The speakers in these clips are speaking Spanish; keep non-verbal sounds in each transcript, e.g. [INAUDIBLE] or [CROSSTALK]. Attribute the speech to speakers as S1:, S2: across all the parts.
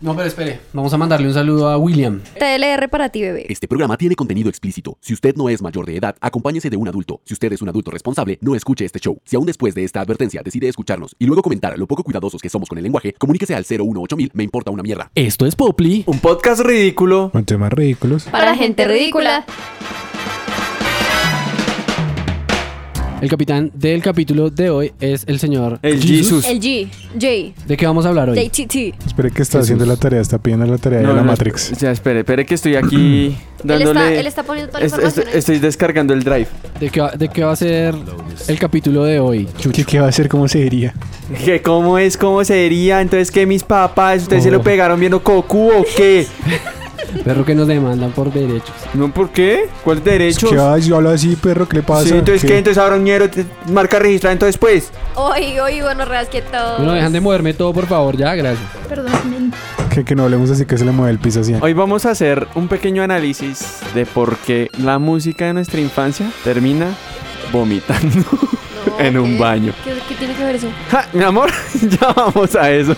S1: No, pero espere. Vamos a mandarle un saludo a William.
S2: TLR para ti, bebé.
S3: Este programa tiene contenido explícito. Si usted no es mayor de edad, acompáñese de un adulto. Si usted es un adulto responsable, no escuche este show. Si aún después de esta advertencia decide escucharnos y luego comentar lo poco cuidadosos que somos con el lenguaje, comuníquese al 018000, me importa una mierda.
S1: Esto es Poply.
S4: Un podcast ridículo.
S5: Con temas ridículos.
S2: Para gente ridícula.
S1: El capitán del capítulo de hoy es el señor
S4: El Jesus.
S2: El G. J.
S1: ¿De qué vamos a hablar hoy?
S2: JTT.
S5: Espere que está haciendo la tarea, está pidiendo la tarea
S4: No,
S5: de Eh, la
S4: no,
S5: Matrix.
S4: esp- Ya, espere, espere que estoy aquí
S2: Él está,
S4: dándole.
S2: él está poniendo toda la
S4: Est- est-
S2: información. ¿eh? ahí.
S4: estoy descargando el drive.
S1: ¿De qué, va, de qué va a ser el capítulo de hoy?
S5: ¿Qué, qué va a hacer? ¿Cómo se diría?
S4: ¿Qué, ¿Cómo es? ¿Cómo sería? Entonces, ¿qué mis papás? ¿Ustedes se lo
S1: Oh.
S4: pegaron viendo Cocu o qué?
S1: Perro que nos demandan por derechos.
S4: ¿No por qué? ¿Cuál
S5: Es
S4: derecho?
S5: que, ay, yo hablo así, perro, ¿qué le pasa?
S4: Sí, entonces, ¿qué?
S5: ¿Qué?
S4: Entonces, ahora ñero, te- marca registrada, entonces, pues.
S2: Oy, oy, bueno, reas que todo.
S1: Bueno, dejan de moverme todo, por favor, ya, gracias.
S6: Perdón,
S5: Que, que no hablemos así que se le mueve el piso así.
S4: Hoy vamos a hacer un pequeño análisis de por qué la música de nuestra infancia termina vomitando
S2: No,
S4: en un
S2: ¿qué?
S4: baño.
S2: ¿Qué, qué tiene que ver eso?
S4: Ja, mi amor, [LAUGHS] ya vamos a eso.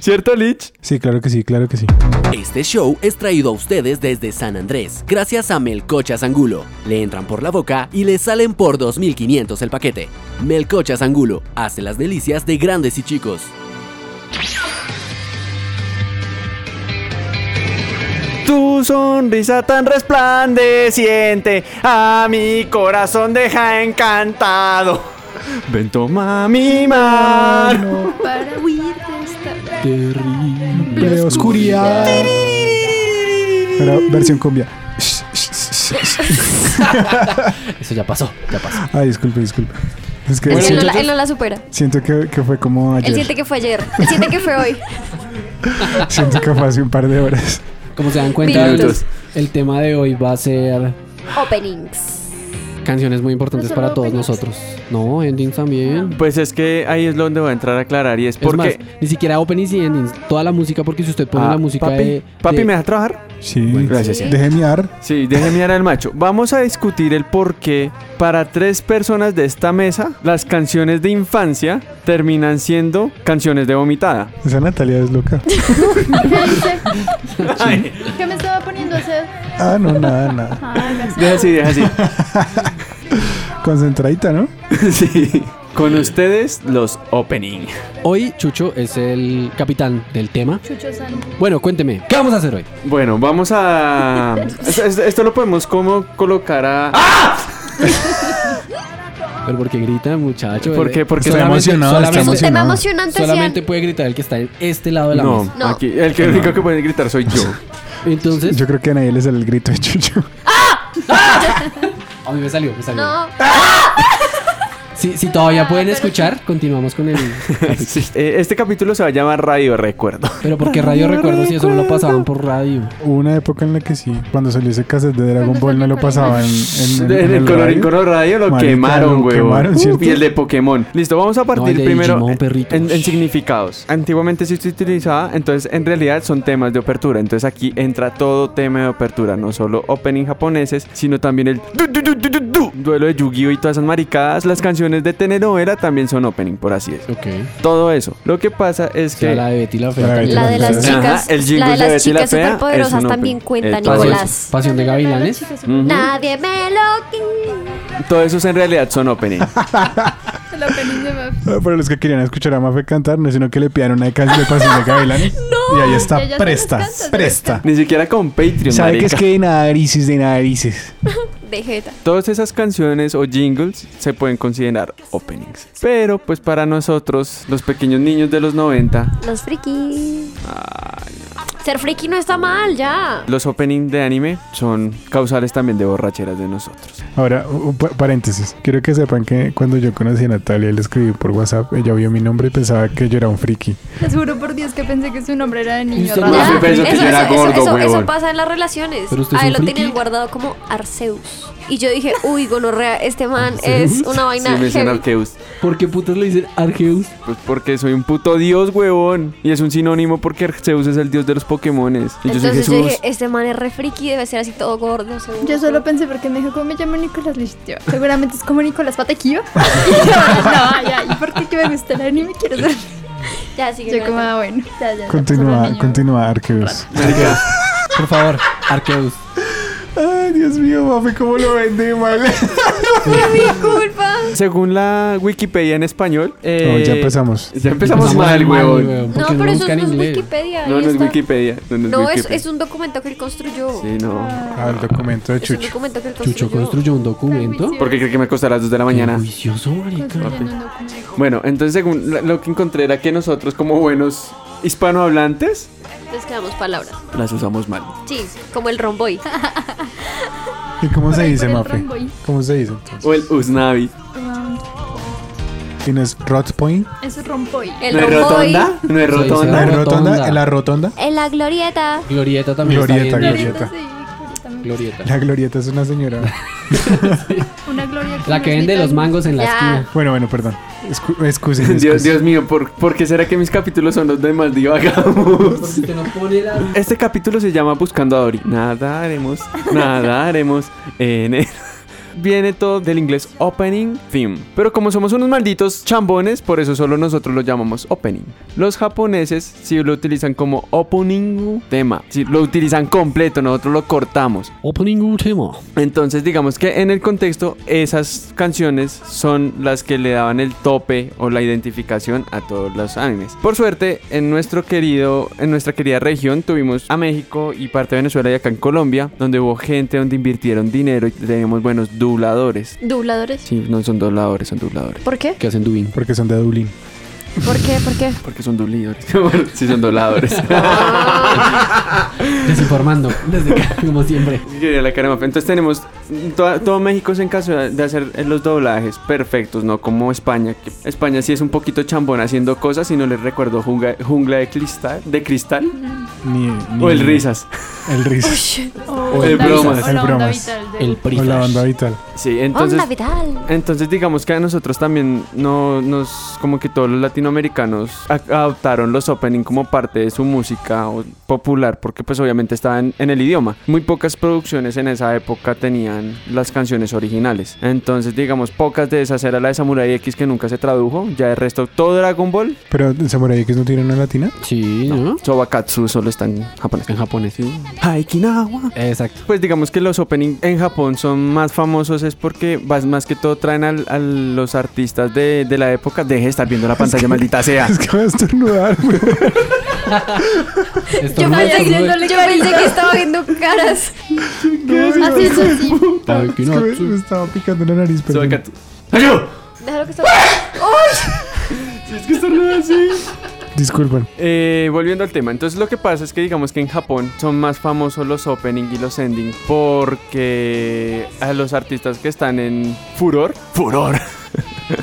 S4: ¿Cierto, Lich?
S5: Sí, claro que sí, claro que sí.
S7: Este show es traído a ustedes desde San Andrés, gracias a Melcochas Angulo. Le entran por la boca y le salen por 2.500 el paquete. Melcochas Angulo hace las delicias de grandes y chicos.
S4: Tu sonrisa tan resplandeciente a mi corazón deja encantado. Ven, toma mi mano.
S6: no, para huir de esta.
S5: Pero oscuridad. Pero versión cumbia.
S1: Eso ya pasó, ya pasó.
S5: Ay, disculpe, disculpe. Es que
S1: Bueno,
S2: Es que él, no la,
S1: entonces-
S2: él no la supera.
S5: siento que, que fue como
S2: Él
S5: ayer.
S2: siente que fue ayer. Él siente que fue hoy.
S5: Siento que fue hace un par de horas.
S1: Como se dan cuenta,
S2: Minutos.
S1: el tema de hoy va a ser
S2: Openings.
S1: canciones muy importantes para todos nosotros. No, endings también.
S4: Pues es que ahí es donde voy a entrar a aclarar y es
S1: Es
S4: porque.
S1: más, ni siquiera openings y endings, toda la música, porque si usted pone
S4: Ah,
S1: la música
S4: papi,
S1: de,
S4: papi,
S1: de-
S4: ¿me deja trabajar?
S5: Sí.
S4: Bueno, gracias.
S2: sí.
S5: Deje miar.
S4: Sí, déjeme mirar al macho. Vamos a discutir el por qué para tres personas de esta mesa las canciones de infancia terminan siendo canciones de vomitada.
S5: Esa Natalia es loca.
S1: [LAUGHS]
S6: ¿Qué me estaba poniendo a hacer?
S5: Ah, no, nada, nada.
S6: Ah,
S4: Deja así, deja así. [LAUGHS]
S5: Concentradita, ¿no?
S4: sí. Con ustedes los opening.
S1: Hoy Chucho es el capitán del tema.
S6: Chucho San.
S1: Bueno, cuénteme, ¿qué vamos a hacer hoy?
S4: Bueno, vamos a. Esto, esto- esto lo podemos como colocar a.
S1: Pero porque grita, muchacho.
S4: ¿Por
S1: eh,
S4: qué? Porque
S5: Está
S1: solamente-
S5: emocionado,
S1: solamente-
S5: está
S2: Es un tema
S5: emocionado.
S2: emocionante,
S1: Solamente
S2: Sian.
S1: puede gritar el que está en este lado de la
S4: No,
S1: mesa.
S2: No.
S4: aquí el que único que puede gritar soy yo.
S1: Entonces,
S5: Yo creo que a nadie le sale el grito de
S6: [LAUGHS]
S5: Chucho.
S1: a mí me salió, me salió.
S2: No. Ah,
S1: Si, si todavía pueden escuchar, continuamos con el.
S4: [LAUGHS] Sí. Eh, Este capítulo se va a llamar Radio Recuerdo.
S1: Pero porque radio recuerdo si eso no lo pasaban por radio.
S5: Hubo una época en la que sí, cuando salió ese cassette de Dragon
S6: Cuando
S5: Ball no
S6: salió
S5: lo pasaban en,
S4: [LAUGHS]
S5: en- Mm,
S6: [LAUGHS]
S5: en
S4: En el
S5: radio.
S4: Colorín Coro Radio lo
S5: Marica,
S4: quemaron,
S5: lo
S4: güey.
S5: quemaron, ¿cierto?
S4: Y el de Pokémon. Listo, vamos a
S1: No, el
S4: partir
S1: de
S4: primero
S1: Digimon, perritos.
S4: en, en significados. Antiguamente sí se utilizaba, entonces en realidad son temas de apertura. Entonces aquí entra todo tema de apertura, no solo opening japoneses, sino también el du- du- du- du- du- du. duelo de Yu-Gi-Oh y todas esas maricadas. Las canciones de telenovela también son opening, por así decirlo.
S1: Ok. O
S4: Todo eso. Lo que pasa es
S1: sea,
S4: que
S1: la de Betty la
S5: La
S1: Fea.
S5: de Betty
S1: también.
S2: La de las
S5: Ajá,
S2: chicas,
S4: el jingle
S2: la de
S4: de
S2: las
S4: Betty la
S2: chicas
S4: Fea es
S2: superpoderosas
S4: un
S2: también
S4: open. Eh,
S2: cuentan
S4: Entonces-
S1: Pasión,
S2: igualas.
S1: Pasión de Gavilanes.
S4: Ujú.
S2: Nadie me lo quita.
S4: todo eso en realidad son
S5: [LAUGHS]
S4: opening.
S6: El opening de Maf.
S5: Ah, Para los que querían escuchar a Mafe cantar, no sino que le pillaron una de canción de Pasión de
S6: [LAUGHS]
S5: Gavilanes. Y ahí está,
S6: Y ella se
S5: presta,
S6: las canta, se
S5: presta.
S4: Ni siquiera con Patreon.
S5: ¿Sabe que es
S4: marica.
S5: que de narices, de narices?
S2: De jeta.
S4: Todas esas canciones o jingles se pueden considerar openings. Pero pues para nosotros, los pequeños niños de los 90,
S2: Los frikis. Ser friki no está mal, ya.
S4: los openings de anime son causales también de borracheras de nosotros.
S5: Ahora, un pa- paréntesis. Quiero que sepan que cuando yo conocí a Natalia, le escribí por WhatsApp, ella vio mi nombre y pensaba que yo era un friki.
S6: Les juro por Dios que pensé que su nombre era de niño.
S1: usted no
S2: Ya,
S4: Ah,
S6: raro.
S4: sí, pensó que yo era gordo,
S2: eso- eso
S4: huevón.
S2: pasa en las relaciones.
S1: Pero usted es
S2: Ahí
S1: un
S2: lo tienen
S1: friki.
S2: guardado como Arceus. Y yo dije, uy, gonorrea, este man es una
S4: Sí,
S2: vaina
S4: me dicen
S2: heavy.
S4: Arceus.
S1: ¿Por qué putas le dicen Argeus?
S4: Pues porque soy un puto dios, huevón. Y es un sinónimo porque Arceus es el dios de los Pokémones. Y yo soy
S2: Entonces yo
S4: Jesús.
S2: dije, este man es re friki, debe ser así todo gordo. seguro".
S6: Yo solo pensé porque me dijo, ¿cómo me llamo Nicolás Lichtio? Seguramente [LAUGHS] es como Nicolás Patequillo. Y yo, no, ya, ¿y por qué que me gusta el anime? Quiero ser.
S2: Ya, sigue.
S6: Yo como,
S2: Nata.
S6: ah, bueno. Ya, ya, ya, solo
S5: Continúa,
S6: niño.
S5: continúa, Arqueus.
S2: eh.
S1: Por favor, Arqueus.
S5: Ay, Dios mío, mami, cómo lo vendí mal.
S4: Según la Wikipedia en español.
S5: No,
S4: eh,
S5: Oh, ya empezamos.
S4: Ya empezamos mal, huevón.
S1: weón,
S2: No,
S1: porque
S2: pero eso
S1: busca
S2: no
S1: en
S2: es
S1: inglés.
S2: Wikipedia.
S4: No,
S2: ahí
S4: no es
S2: está.
S4: Wikipedia. No, no es
S2: No, es,
S4: Wikipedia.
S2: es un documento que él construyó.
S4: Sí, no.
S5: Ah, el documento de
S2: Es un
S5: Chucho.
S2: documento que él construyó.
S1: Chucho construyó un documento.
S6: Está
S4: ¿Por qué cree que me acostaré a las 2 de la mañana?
S1: Qué Juicioso, marica.
S6: construyendo un documento.
S4: Bueno, entonces según la- lo que encontré era que nosotros como buenos hispanohablantes
S2: Mezclamos palabras.
S4: las usamos mal.
S2: Sí, como el
S4: [LAUGHS]
S2: romboy.
S5: ¿Y
S6: [LAUGHS]
S5: cómo
S6: Por
S5: se
S6: ahí,
S5: dice,
S6: por el
S5: Mafe?
S6: rombo y-
S5: ¿Cómo se dice entonces?
S4: O el usnavi.
S6: Ah,
S5: ¿Tienes Rot Point?
S6: Es rompoy.
S2: El
S4: ¿No es
S2: romboy.
S4: rotonda? ¿No es
S1: Se dice
S5: ¿La
S4: rotonda?
S1: rotonda.
S5: rotonda? ¿La rotonda?
S2: En la glorieta.
S1: Glorieta también.
S5: Glorieta,
S1: está bien
S5: glorieta.
S1: dicho.
S6: Sí, ahorita me-
S1: Glorieta.
S5: La glorieta es una señora.
S6: Una gloria. que
S1: La
S6: no
S1: que
S6: es
S1: vende
S6: ni
S1: los
S6: tan-
S1: mangos en la
S2: Ya.
S1: esquina.
S5: Bueno, bueno, perdón. Excu- Excusen.
S4: [LAUGHS] Dios,
S5: excusen.
S4: Dios mío, ¿por, por qué será que mis capítulos son los de más divagados?
S1: Porque no pone la-
S4: Este capítulo se llama Buscando a Dory. Nadaremos, nadaremos en el... [LAUGHS] Viene todo del inglés opening theme. Pero como somos unos malditos chambones, por eso solo nosotros lo llamamos opening. Los japoneses sí lo utilizan como opening tema. Sí, lo utilizan completo, nosotros lo cortamos.
S1: Opening último.
S4: Entonces digamos que en el contexto esas canciones son las que le daban el tope o la identificación a todos los animes. Por suerte, en nuestro querido, en nuestra querida región tuvimos a México y parte de Venezuela y acá en Colombia, donde hubo gente donde invirtieron dinero y tenemos buenos dobladores.
S2: Dubladores.
S4: Sí, no son dobladores, son dobladores.
S2: ¿Por qué?
S1: que hacen dubbing.
S5: Porque son de Dublín.
S2: ¿Por qué? ¿Por qué?
S4: Porque son dobladores. [LAUGHS] sí, son dobladores.
S1: Desinformando, desde acá, como siempre.
S4: Quería la cara de Mafia. Entonces tenemos toda- todo México es en caso de hacer eh, los doblajes perfectos, no como España. que España sí es un poquito chambón haciendo cosas y no les recuerdo jungla, jungla de cristal, de cristal
S5: Ni,
S4: o
S5: ni-
S4: el risas.
S5: El risas.
S6: O
S4: el
S6: la
S4: bromas.
S5: El
S6: Onda, o la onda
S5: bromas.
S6: vital de-
S1: El
S5: O la banda
S1: preflash.
S5: vital.
S4: Sí, entonces
S2: Onda vital.
S4: entonces digamos que a nosotros también no nos como que todos los latinoamericanos a- adoptaron los opening como parte de su música o- popular porque pues obviamente estaban en el idioma. Muy pocas producciones en esa época tenían las canciones originales. Entonces digamos pocas de esas era la de Samurai X que nunca se tradujo, ya el resto todo Dragon Ball,
S5: Pero Samurai X no tiene una latina.
S1: Sí, ¿no?
S4: Sobakatsu solo está en japonés.
S1: En japonés.
S4: Aikinawa.
S1: Exacto.
S4: Pues digamos que los opening en Japón son más famosos es porque más, más que todo traen al- a los artistas de, de la época. Deje de estar
S5: [LAUGHS]
S4: viendo la pantalla, maldita sea.
S5: Es que voy
S4: [LAUGHS]
S5: a estornudar, güey.
S2: Yo
S1: Estornuda,
S2: pensé,
S1: estornuda.
S2: yo pensé que estaba viendo caras. Así es así.
S1: Ay, que
S5: Es
S1: no,
S5: que me,
S1: sí.
S5: me estaba picando la nariz, pero.
S4: Sobakatsu. ¡Ayú!
S2: Déjalo que estaba. ¡Uy!
S4: Sí, es que esto no es así.
S5: Disculpen.
S4: Eh, volviendo al tema, entonces lo que pasa es que digamos que en Japón son más famosos los opening y los ending porque a los artistas que están en furor, furor,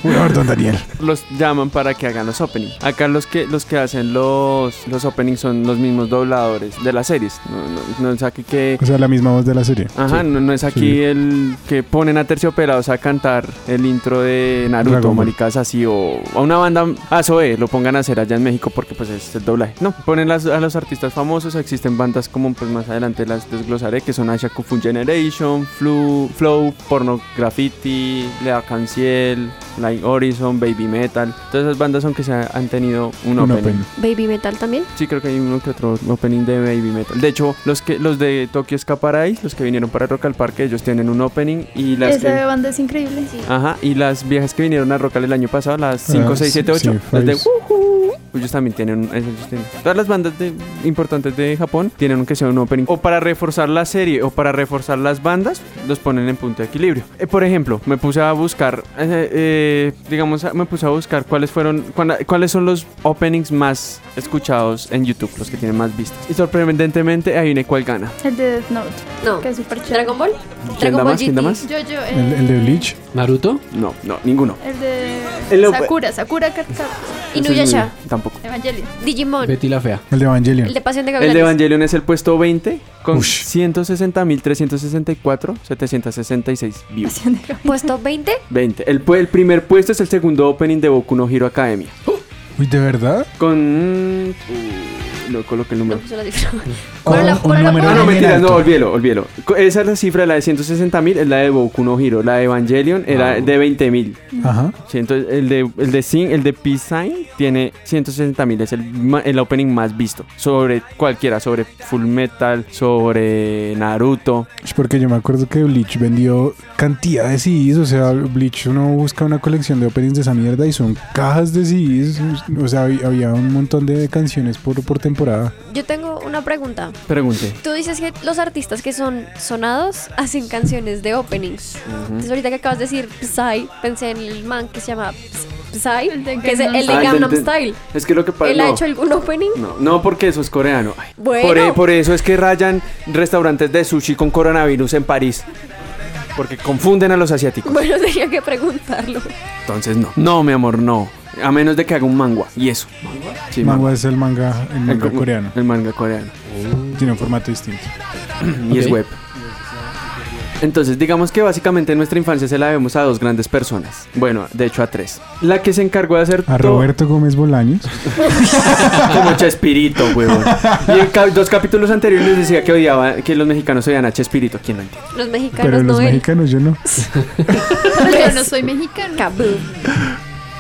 S5: Furor, don Daniel.
S4: los llaman para que hagan los opening. Acá los que los que hacen los los openings son los mismos dobladores de las series. No, no- no es aquí que
S5: O sea, la misma voz de la serie.
S4: Ajá, no, no es aquí
S5: Sí.
S4: el que ponen a terciopelados a cantar el intro de
S5: Dragon
S4: Naruto,
S5: Ball.
S4: maricas así, o a una banda, a Zoe, lo pongan a hacer allá en México porque pues es el doblaje. No, ponen las- a los artistas famosos, existen bandas como pues más adelante las desglosaré, que son Asha Kufun Generation, Flu, Flow, Porno Graffiti, Lea Canciel, Line Horizon, Baby Metal. Todas esas bandas aunque se han tenido un
S5: Un
S4: opening.
S5: open.
S2: Baby Metal también.
S4: Sí, creo que hay uno que otro opening de Baby Metal. De hecho, los que los de Tokyo Ska Paradise, los que vinieron para Rock al Parque, ellos tienen un opening y [LAUGHS] las
S6: Esa
S4: que-
S6: banda es increíble.
S4: Ajá, y las viejas que vinieron a Rock al el año pasado, las 5,
S5: Ah,
S4: 6, 7,
S5: sí,
S4: 8, las de
S5: Face.
S4: Woohoo, ellos también tienen, un- ellos tienen- Todas las bandas de- importantes de Japón tienen que ser un opening. O para reforzar la serie o para reforzar las bandas, los ponen en punto de equilibrio. Eh, por ejemplo, me puse a buscar, eh, eh, digamos, me puse a buscar cuáles fueron, cuána- cuáles son los openings más escuchados en YouTube, los que tienen más vistas. Y sorprendentemente, adivine cuál gana.
S6: El de Death Note,
S2: No.
S6: que es súper chévere.
S2: ¿Dragon Ball?
S4: ¿Quién
S2: Dragon
S4: da
S2: Ball
S4: más? ¿Quién da
S2: GT.
S4: más?
S6: Yo, yo. eh,
S5: El, el de Bleach.
S1: Naruto,
S4: No, no, ninguno.
S6: El de
S4: El op-
S6: Sakura, Sakura Card Captors,
S2: Inuyasha.
S4: Tampoco. [LAUGHS]
S6: Evangelion.
S2: Digimon.
S1: Betty la fea.
S5: El de Evangelion.
S2: El de Pasión de
S4: El
S2: Gavilanes.
S4: de Evangelion es el puesto 20 con
S5: Ush.
S4: 160.364.766 views. [LAUGHS]
S6: Pasión de Gavilanes.
S2: Puesto 20.
S4: 20. El, pu- el primer puesto es el segundo opening de Boku no Hero Academia.
S5: Uy, ¿de verdad?
S4: Con... mm, No coloqué el
S2: No pues
S4: número.
S2: puso la cifra.
S5: Con
S2: Bueno, la-
S5: un
S2: bueno, la
S5: número
S4: Ah, no,
S5: bien
S4: mentiras, no,
S5: alto.
S4: olvídelo, olvídelo. Co- Esa es la cifra, la de 160 mil es la de Boku no Hero, la de Evangelion era de 20 mil.
S5: Ajá.
S4: Sí, entonces el de, el de Sin, el de Peace Sign tiene 160 mil, es el, ma- el opening más visto. Sobre cualquiera, sobre Full Metal, sobre Naruto.
S5: Sh, Porque yo me acuerdo que Bleach vendió cantidad de CDs, o sea, Bleach uno busca una colección de openings de esa mierda y son cajas de CDs, o sea, hab- había un montón de canciones por, por temporada.
S2: [LAUGHS] Yo tengo una pregunta.
S4: Pregunte.
S2: Tú dices que los artistas que son sonados hacen canciones de openings. Entonces ahorita que acabas de decir Psy, pensé en el man que se llama Ps-
S6: El
S2: Psy,
S6: de
S2: que es el de
S4: Gangnam
S2: Gangnam
S4: Style.
S2: Style.
S4: Ah, Es que lo que pasa.
S2: ¿Él ha hecho algún opening?
S4: No, no porque eso es coreano. Ay.
S2: Bueno.
S4: Por, e- por eso es que rayan restaurantes de sushi con coronavirus en París. Porque confunden a los asiáticos.
S2: Bueno, [LAUGHS] tenía que preguntarlo.
S4: Entonces no. No, mi amor, no. A menos de que haga un mangua. Y eso. Sí,
S5: manga
S4: mangua.
S5: es el manga, el manga coreano,
S4: El manga coreano.
S5: tiene un formato distinto.
S4: Y es
S1: Ok.
S4: web. Entonces, digamos que básicamente nuestra infancia se la debemos a dos grandes personas. Bueno, de hecho a tres. La que se encargó de hacer
S5: A
S4: todo-
S5: Roberto Gómez Bolaños,
S4: [LAUGHS] como Chespirito, huevón. Y en ca- dos capítulos anteriores les decía que odiaba que los mexicanos odian a Chespirito. ¿Quién lo entiende?
S2: Los mexicanos
S5: pero los
S2: no él.
S5: mexicanos yo no.
S6: Pero yo no soy mexicano.
S2: Kaboom.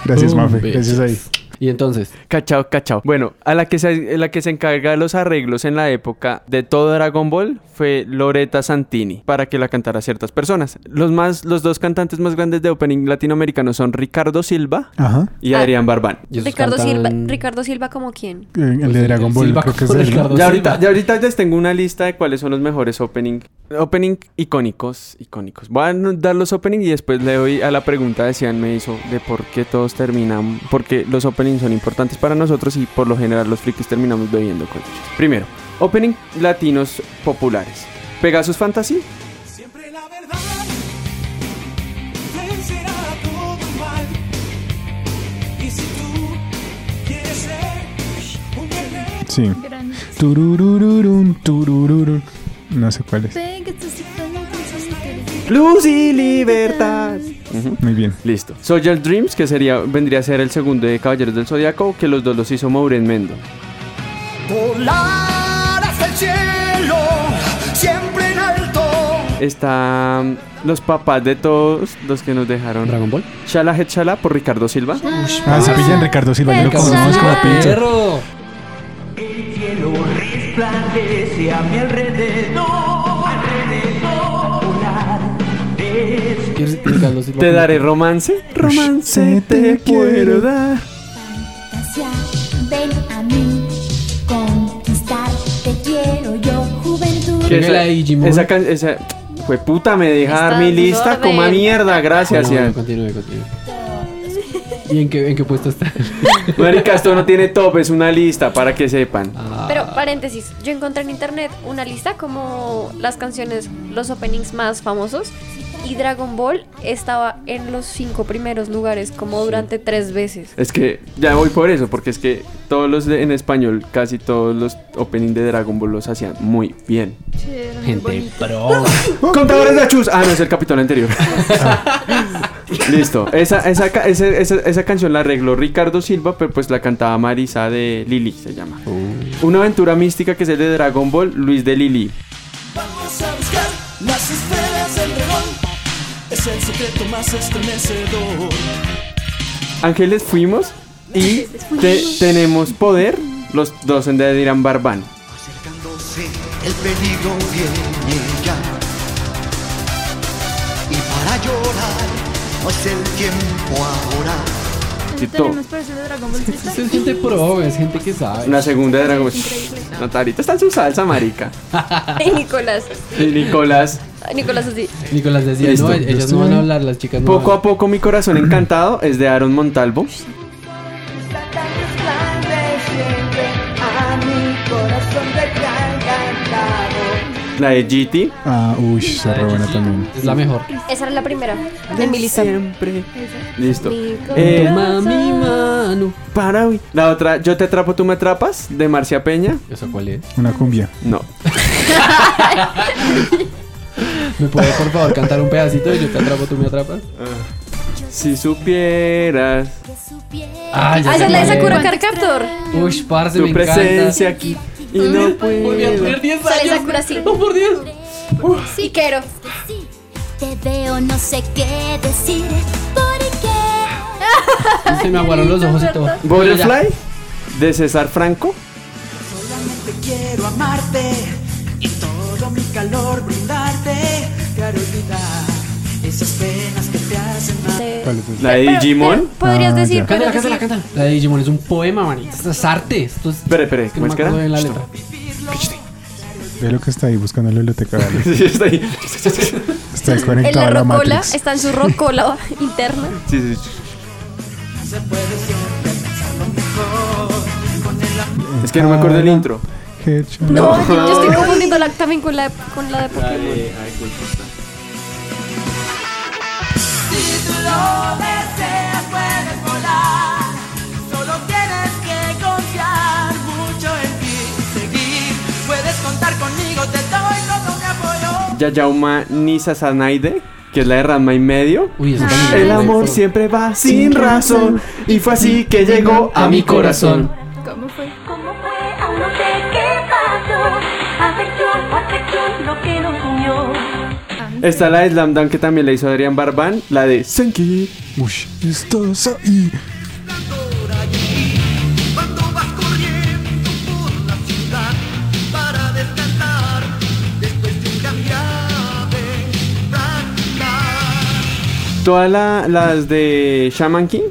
S5: Gracias,
S1: Boom,
S5: Mafe,
S1: bitch.
S5: gracias ahí.
S1: Y entonces,
S4: Cachao, cachao. Bueno, a la que se, la que se encarga de los arreglos en la época de todo Dragon Ball fue Loreta Santini, para que la cantara ciertas personas. Los, más, los dos cantantes más grandes de opening latinoamericanos son Ricardo Silva
S5: Ajá,
S4: y
S2: Ah.
S4: Adrián Barbán.
S1: y esos
S2: Ricardo
S1: cantan-
S2: Silva, Ricardo Silva como quién?
S5: Eh, el de Dragon Ball
S1: Silva
S5: creo que es
S1: con
S5: él, ¿no?
S1: Ricardo
S4: Ya
S1: Silva.
S4: ahorita, ya ahorita les tengo una lista de cuáles son los mejores opening. Opening icónicos, icónicos. Voy a dar los opening y después le doy a la pregunta de Cian me hizo de por qué todos terminan, porque los openings son importantes para nosotros y por lo general los frikis terminamos bebiendo con ellos. Primero, opening latinos populares. Pegasus Fantasy,
S8: Siempre la verdad vencerá a todo mal. Y si tú quieres ser un guerrero,
S5: Sí.
S6: Gran-
S5: Tururururun, turururun. No sé cuál es.
S6: Sé que tú sí te-
S4: Luz y Libertad. Ujú.
S5: Muy bien.
S4: Listo. Social Dreams, que sería, vendría a ser el segundo de Caballeros del Zodiaco, que los dos los hizo Maureen Mendo.
S8: volar hasta el cielo, siempre en alto.
S4: están mm, los papás de todos los que nos dejaron.
S1: Dragon Ball.
S4: Shala Het Shala por Ricardo Silva.
S5: Ah, se pillan Ricardo Silva, yo lo
S2: Ricardo
S5: conozco como
S2: Silva.
S5: pinche.
S1: ¡Perro!
S8: El cielo resplandece a mi alrededor, alrededor. Volar es
S1: Ricardo Silva
S4: Te
S1: como-
S4: daré romance.
S5: Romance te quiero
S4: dar.
S9: Fantasía, ven a mí, conquistar, te quiero yo, juventud.
S1: Venga, la de Digimon.
S4: Esa can- esa fue puta, me deja dar
S2: Está
S4: mi lista,
S2: desorden.
S4: coma mierda, gracias.
S1: Bueno, bueno,
S4: Ian.
S1: continúe, continúe. ¿Y en qué, en qué puesto está?
S4: Marica, esto no tiene top, es una lista para que sepan.
S2: Pero paréntesis, yo encontré en internet una lista como las canciones, los openings más famosos y Dragon Ball estaba en los cinco primeros lugares como durante tres
S4: [LAUGHS]
S2: veces.
S4: Es que ya voy por eso, porque es que todos los de- en español, casi todos los opening de Dragon Ball los hacían muy bien.
S6: Sí, era muy
S1: Gente
S6: bonito.
S1: pro.
S4: Contadores de achus. Ah, no, es el capítulo anterior. [LAUGHS] Listo. Esa, esa, ca- esa, esa- esa canción la arregló Ricardo Silva, pero pues la cantaba Marisa de Lili, se llama. Una aventura mística que es el de Dragon Ball, Luis de Lili.
S8: Vamos a buscar las estrellas del dragón. Es el secreto más estremecedor.
S4: Ángeles fuimos y te- tenemos poder, los dos en de Dirán Barbán.
S8: Acercándose, el peligro viene ya. Y para llorar, no es el tiempo ahora.
S6: Entonces
S4: Tito.
S6: tenemos por eso de Dragon Ball Z.
S1: Es gente pro, es gente que sabe.
S4: Una segunda de Dragon Ball. Shh, Natarita está en su salsa, marica.
S2: Y Nicolás,
S4: Y Nicolás.
S2: Nicolás así.
S1: Nicolás decía,
S4: Listo.
S1: no, ellas
S5: Listo.
S1: no van a hablar, las chicas no
S4: Poco
S1: van
S4: a poco mi corazón encantado es de Aaron Montalvo. La de GT.
S5: Ah, uy, se re buena también.
S1: Es la mejor.
S2: Esa era la primera de mi lista.
S4: Siempre. Listo.
S2: Nicolás.
S4: Eh,
S1: Toma mi mano.
S4: Para, uy. La otra, Yo te atrapo, tú me atrapas, de Marcia Peña.
S1: ¿Eso cuál es?
S5: Una cumbia.
S4: No.
S1: ¿Me puede por favor cantar un pedacito? Yo te atrapo, tú me atrapas.
S4: Si supieras.
S9: Que supieras
S1: Ah, ya
S2: Ah, esa
S1: sé
S2: es la de
S1: cuál
S2: Sakura
S1: es.
S2: Card Captor.
S1: Uy, parce, me
S4: Tu
S1: encanta.
S4: presencia aquí y no puedo.
S2: Sale Sakura así. Oh, por Dios. Y quiero.
S9: Sí, te veo, no sé qué decir. ¿Por qué?
S1: Se me aguaron los ojos y todo. Bueno, ya.
S4: Butterfly de César Franco.
S8: Solamente quiero amarte y todo mi calor brindarte para olvidar esas penas que te hacen mal.
S5: ¿Cuál es esa?
S4: La de
S2: Pero-
S4: Digimon.
S2: pero Podrías
S5: Ah,
S2: decir,
S5: ya.
S2: pero
S1: Cántala, cántala,
S2: decir-
S1: cántala. La de Digimon es un poema, man. Esto es arte. Esto es...
S4: Espere, espere,
S1: es que
S4: ¿cómo
S1: no me
S4: es que
S1: acuerdo
S4: era?
S1: de la letra.
S5: Ve lo que está ahí buscando en la
S4: [LAUGHS]
S5: biblioteca. vale.
S4: Sí, está ahí.
S5: Está ahí
S2: En la
S5: conectado a la
S2: rocola,
S5: Matrix.
S2: está en su rocola interna.
S4: Sí, sí, sí. Es que no me acuerdo el
S5: Ah,
S4: intro.
S5: Headshot.
S2: No, yo estoy confundiendo la- también con la, con la de Pokémon.
S8: deseas puedes volar, solo tienes que confiar mucho en ti, seguir, puedes contar conmigo, te doy todo mi apoyo.
S4: Yayauma Nisa Sanaide, que es la de Ranma y medio.
S1: Uy, eso también.
S4: El
S1: es
S4: amor
S1: bueno.
S4: siempre va sin razón y fue así que llegó a mi corazón.
S6: ¿Cómo fue?
S9: ¿Cómo fue? Aún no sé qué pasó. Afección, afección, lo que nos unió.
S4: Está la de Slam Dunk que también la hizo Adrián Barbán, la de Senki.
S5: Ush, estás ahí.
S8: Cuando vas corriendo por la ciudad para descansar, después de un gran día de practicar.
S4: Todas la- las de Shaman King,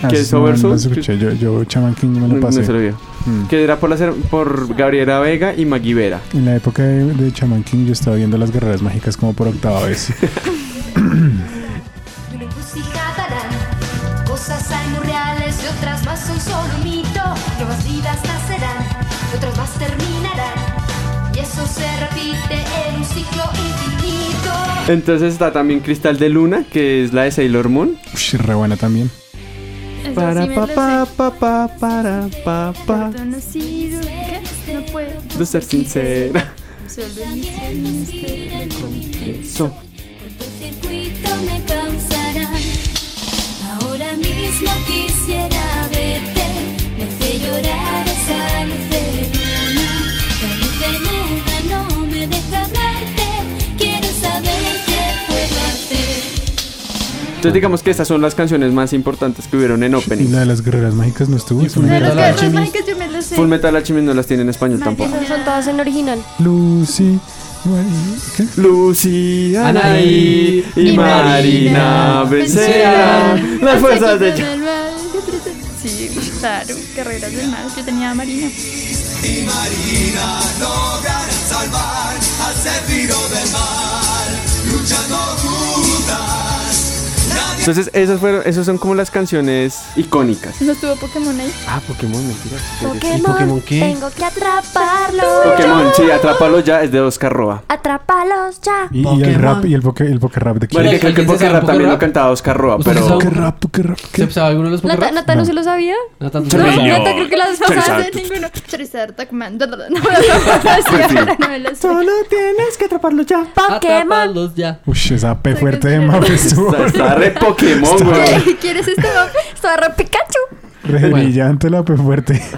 S5: Ah,
S4: ¿Qué
S5: sí,
S4: es
S5: no,
S4: Oversoul?
S5: no las escuché. Yo, yo Chaman King me lo
S4: no,
S5: pasé.
S4: se lo vio.
S5: Mm.
S4: Que era por, las her- por Gabriela Vega y Maggie Vera.
S5: En la época de, de Chaman King yo estaba viendo las guerreras mágicas como por octava
S4: [LAUGHS]
S5: vez.
S9: Y una encrucijada harán. Cosas hay muy reales y otras más son solo un mito. Nuevas vidas nacerán, y otras más terminarán. Y eso se repite en un ciclo infinito.
S4: Entonces está también Cristal de Luna, que es la de Sailor Moon.
S5: Ush, re buena también.
S6: Esa
S4: Para
S6: sí me
S4: pa
S6: la
S4: pa
S6: sé.
S4: pa pa para pa pa.
S6: Reconocido. ¿Qué? No puedo.
S4: De ser sincera.
S6: Solo en mis sueños te recuerdo.
S4: Eso.
S9: Tu circuito me causará. Ahora mismo quisiera verte. Me hace llorar esa luz de luna. La luz de negra no me deja verte. Quiero saber qué puedo hacer.
S4: Entonces digamos que estas son las canciones más importantes que hubieron en
S5: Y
S4: opening.
S5: la de las guerreras mágicas no estuvo.
S1: Y
S5: Fue una
S1: Full
S6: De
S1: Metal
S6: los
S5: guerra-
S6: Guerreros
S1: Alchemist.
S6: Mágicos yo me lo sé.
S4: Full Metal Alchemist no las tiene en español tampoco.
S2: Esas son todas en original.
S5: Lucy. Mari- ¿Qué?
S4: Lucía, Anaí y
S6: Y
S4: Marina
S6: Marina
S4: vencerán
S6: vencerán
S4: las fuerzas de
S6: del mal. Sí, claro, carreras del mal. Yo tenía a Marina.
S4: Entonces esas fueron, esas son como las canciones icónicas.
S6: No estuvo Pokémon ahí.
S4: Ah, Pokémon, mentira.
S2: Pokémon,
S1: Pokémon qué?
S2: tengo que atraparlo.
S4: Pokémon, sí, atrápalo ya, es de Oscar Roa.
S2: Atrápalos ya.
S5: Y, y el rap, y el poke, el poke rap de quién?
S4: Bueno,
S1: Bueno,
S4: que creo que
S1: ¿alguien se
S4: Poké
S1: sabe
S4: Rap también lo
S1: Poké Rap?
S4: cantaba Oscar Roa,
S1: ¿Ustedes
S4: pero
S5: ¿Qué
S1: saben?
S5: rap, poke rap?
S1: ¿Se
S5: ¿Qué?
S1: sabe alguno de los
S2: Nata,
S1: Pokémon?
S2: Nata no se lo sabía.
S1: Nata,
S2: No,
S1: no.
S2: Nata, creo que la vez
S4: Charizard.
S2: pasada.
S4: Exacto.
S6: ninguno. Charizard, Pac-Man. No, no, no, no, no, ahora no me lo sé.
S2: Pokémon.
S1: Atrapalos ya.
S5: Ush, esa P fuerte de Mafia
S4: [LAUGHS]
S5: estuvo
S4: está, está re Pokémon,
S2: [LAUGHS]
S4: güey.
S6: ¿Qué? ¿Quieres esto?
S2: este Estaba re Pikachu.
S5: re brillante la P fuerte. [LAUGHS]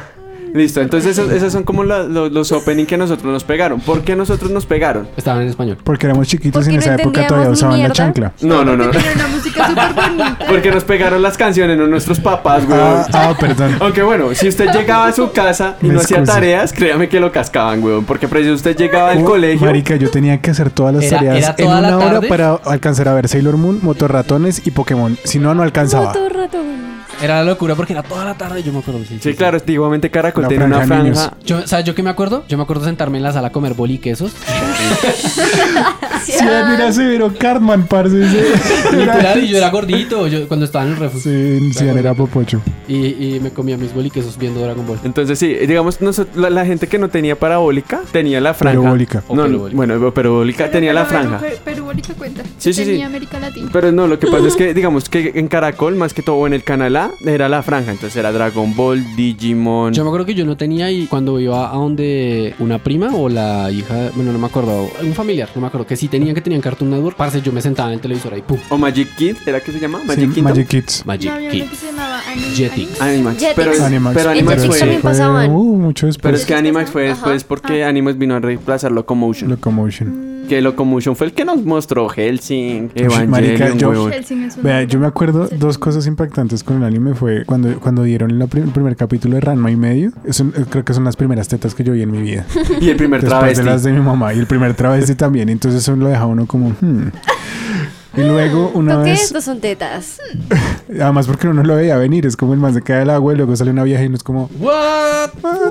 S4: Listo, entonces esos, esos son como la- lo- los opening que a nosotros nos pegaron. ¿por qué a nosotros nos pegaron?
S1: Estaban en español.
S5: Porque éramos chiquitos
S2: Porque
S5: y en
S2: no
S5: esa época
S2: entendíamos
S5: todavía
S2: ni
S5: usaban
S2: mierda.
S5: la chancla.
S4: No, no, no. no.
S6: Tiene una música súper bonita.
S4: Porque nos pegaron las canciones, no nuestros papás, güey. [LAUGHS]
S5: Ah, ah, perdón.
S4: Aunque bueno, si
S5: [LAUGHS]
S4: usted llegaba a su casa y
S5: Me
S4: no hacía
S5: excuso.
S4: tareas, créame que lo cascaban, weón. Porque precio usted llegaba al
S5: Oh,
S4: Ah, colegio.
S5: Marica, yo tenía que hacer todas las
S1: Era-
S5: tareas
S1: era toda
S5: en
S1: la
S5: una hora
S1: tarde.
S5: para alcanzar a ver Sailor Moon, Motorratones y Pokémon. Si no, no alcanzaba.
S2: Todo ratón.
S1: Era la locura porque era toda la tarde, yo me acuerdo.
S4: Sí, claro, antiguamente Caracol
S5: La
S4: tenía una
S5: franja de niños.
S4: franja.
S1: Yo, ¿Sabes yo qué me acuerdo? Yo me acuerdo sentarme en la sala a comer boli y
S4: [LAUGHS]
S1: quesos.
S5: Sí, mira, se vieron Cartman, parce.
S1: [LAUGHS] Literal, y yo era gordito yo, cuando estaba en el refugio.
S5: Sí, sí, era Popocho.
S1: Y, y me comía mis boli y quesos viendo Dragon Ball.
S4: Entonces, sí, digamos, nosotros, la, la gente que no tenía parabólica tenía la franja.
S5: Parabólica.
S4: No,
S1: O
S4: no,
S1: parabólica.
S4: bueno, parabólica tenía la
S6: Pero,
S4: franja.
S6: Perú- Perú, ahorita cuenta.
S4: Sí, sí,
S6: Tenía
S4: sí.
S6: América Latina.
S4: Pero no, lo que pasa es que, digamos que en Caracol, más que todo en el canal A, franja era la franja, entonces era Dragon Ball, Digimon.
S1: Yo me acuerdo que yo no tenía y cuando iba a donde una prima o la hija, bueno, no me acuerdo, un familiar, no me acuerdo, que sí tenían que tenían Cartoon Network, parce, yo me sentaba en el televisor ahí, pum,
S4: O Magic Kid, ¿era que se llama? Magic
S5: Sí,
S4: Kingdom.
S5: Magic Kids.
S1: Magic
S6: No, había
S1: Kid.
S6: uno que se llamaba Ani-
S1: Jetix.
S6: Ani-
S4: Animax.
S2: Jetix.
S4: Pero,
S5: Animax.
S4: pero Animax
S2: Jetix
S4: fue.
S2: también pasaban.
S5: uh, mucho después.
S4: Pero es que Animax fue
S6: Ajá.
S4: después porque Animax vino a reemplazar Locomotion.
S5: Locomotion.
S4: que Locomotion fue el que nos mostró Helsing,
S5: marica,
S4: Evangelion,
S5: yo-
S4: huevón.
S6: Hellsing es un-
S5: Vea, yo me acuerdo dos cosas impactantes con el anime fue cuando, cuando dieron la prim- el primer capítulo de Ranma y medio. Son- eh, creo que son las primeras tetas que yo vi en mi vida.
S4: Y el [LAUGHS] primer
S5: Después
S4: travesti.
S5: de las de mi mamá y el
S4: [LAUGHS]
S5: primer travesti también. Entonces eso lo deja uno como... hmm.
S4: [LAUGHS]
S5: Y luego una
S2: ¿Por qué
S5: vez...
S2: estos son tetas?
S5: Además porque uno no lo veía venir. Es como el más se cae al agua y luego sale una vieja y uno es como... What?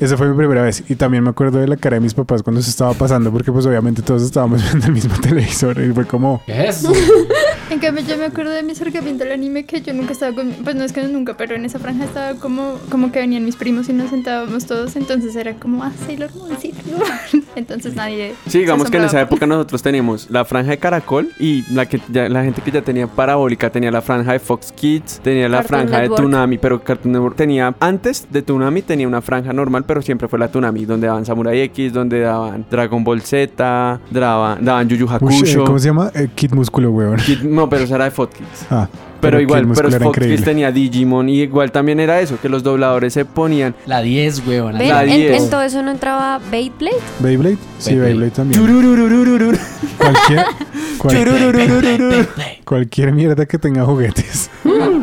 S5: Esa fue mi primera vez. Y también me acuerdo de la cara de mis papás cuando se estaba pasando porque pues obviamente todos estábamos [LAUGHS] viendo el mismo televisor y fue como...
S1: ¿Qué es
S2: [LAUGHS]
S1: eso?
S6: En cambio, yo me acuerdo de mi acercamiento al anime que yo nunca estaba con. Pues no es que nunca, pero en esa franja estaba como, como que venían mis primos y nos sentábamos todos. Entonces era como, ah, Sailor Moon, Sailor Moon. [LAUGHS] Entonces nadie.
S4: Sí, digamos
S6: se
S4: que en esa
S6: asombraba.
S4: época nosotros teníamos la franja de Caracol y la que ya- la gente que ya tenía parabólica tenía la franja de Fox Kids, tenía la
S2: Cartoon
S4: franja
S2: Network.
S4: de Toonami, pero Cartoon Network tenía antes de Toonami tenía una franja normal, pero siempre fue la Toonami, donde daban Samurai X, donde daban Dragon Ball Z, daban, daban Yu Yu
S5: Ush, eh,
S4: Hakusho.
S5: ¿Cómo se llama? Eh, Kid Músculo, weón.
S4: Kid- no, pero esa era de Fox Kids.
S5: Ah,
S4: Pero,
S5: Kid
S4: igual, pero
S5: Músculo era
S4: Fox Kids
S5: increíble.
S4: tenía Digimon y igual también era eso, que los dobladores se ponían
S1: La 10, weón.
S2: ¿Ven?
S4: La
S2: En,
S4: diez.
S2: en todo eso no entraba Beyblade.
S5: ¿Beyblade? Sí,
S1: Beyblade.
S5: Beyblade también.
S4: [LAUGHS]
S5: Cualquier, cualquier, cualquier mierda que tenga juguetes.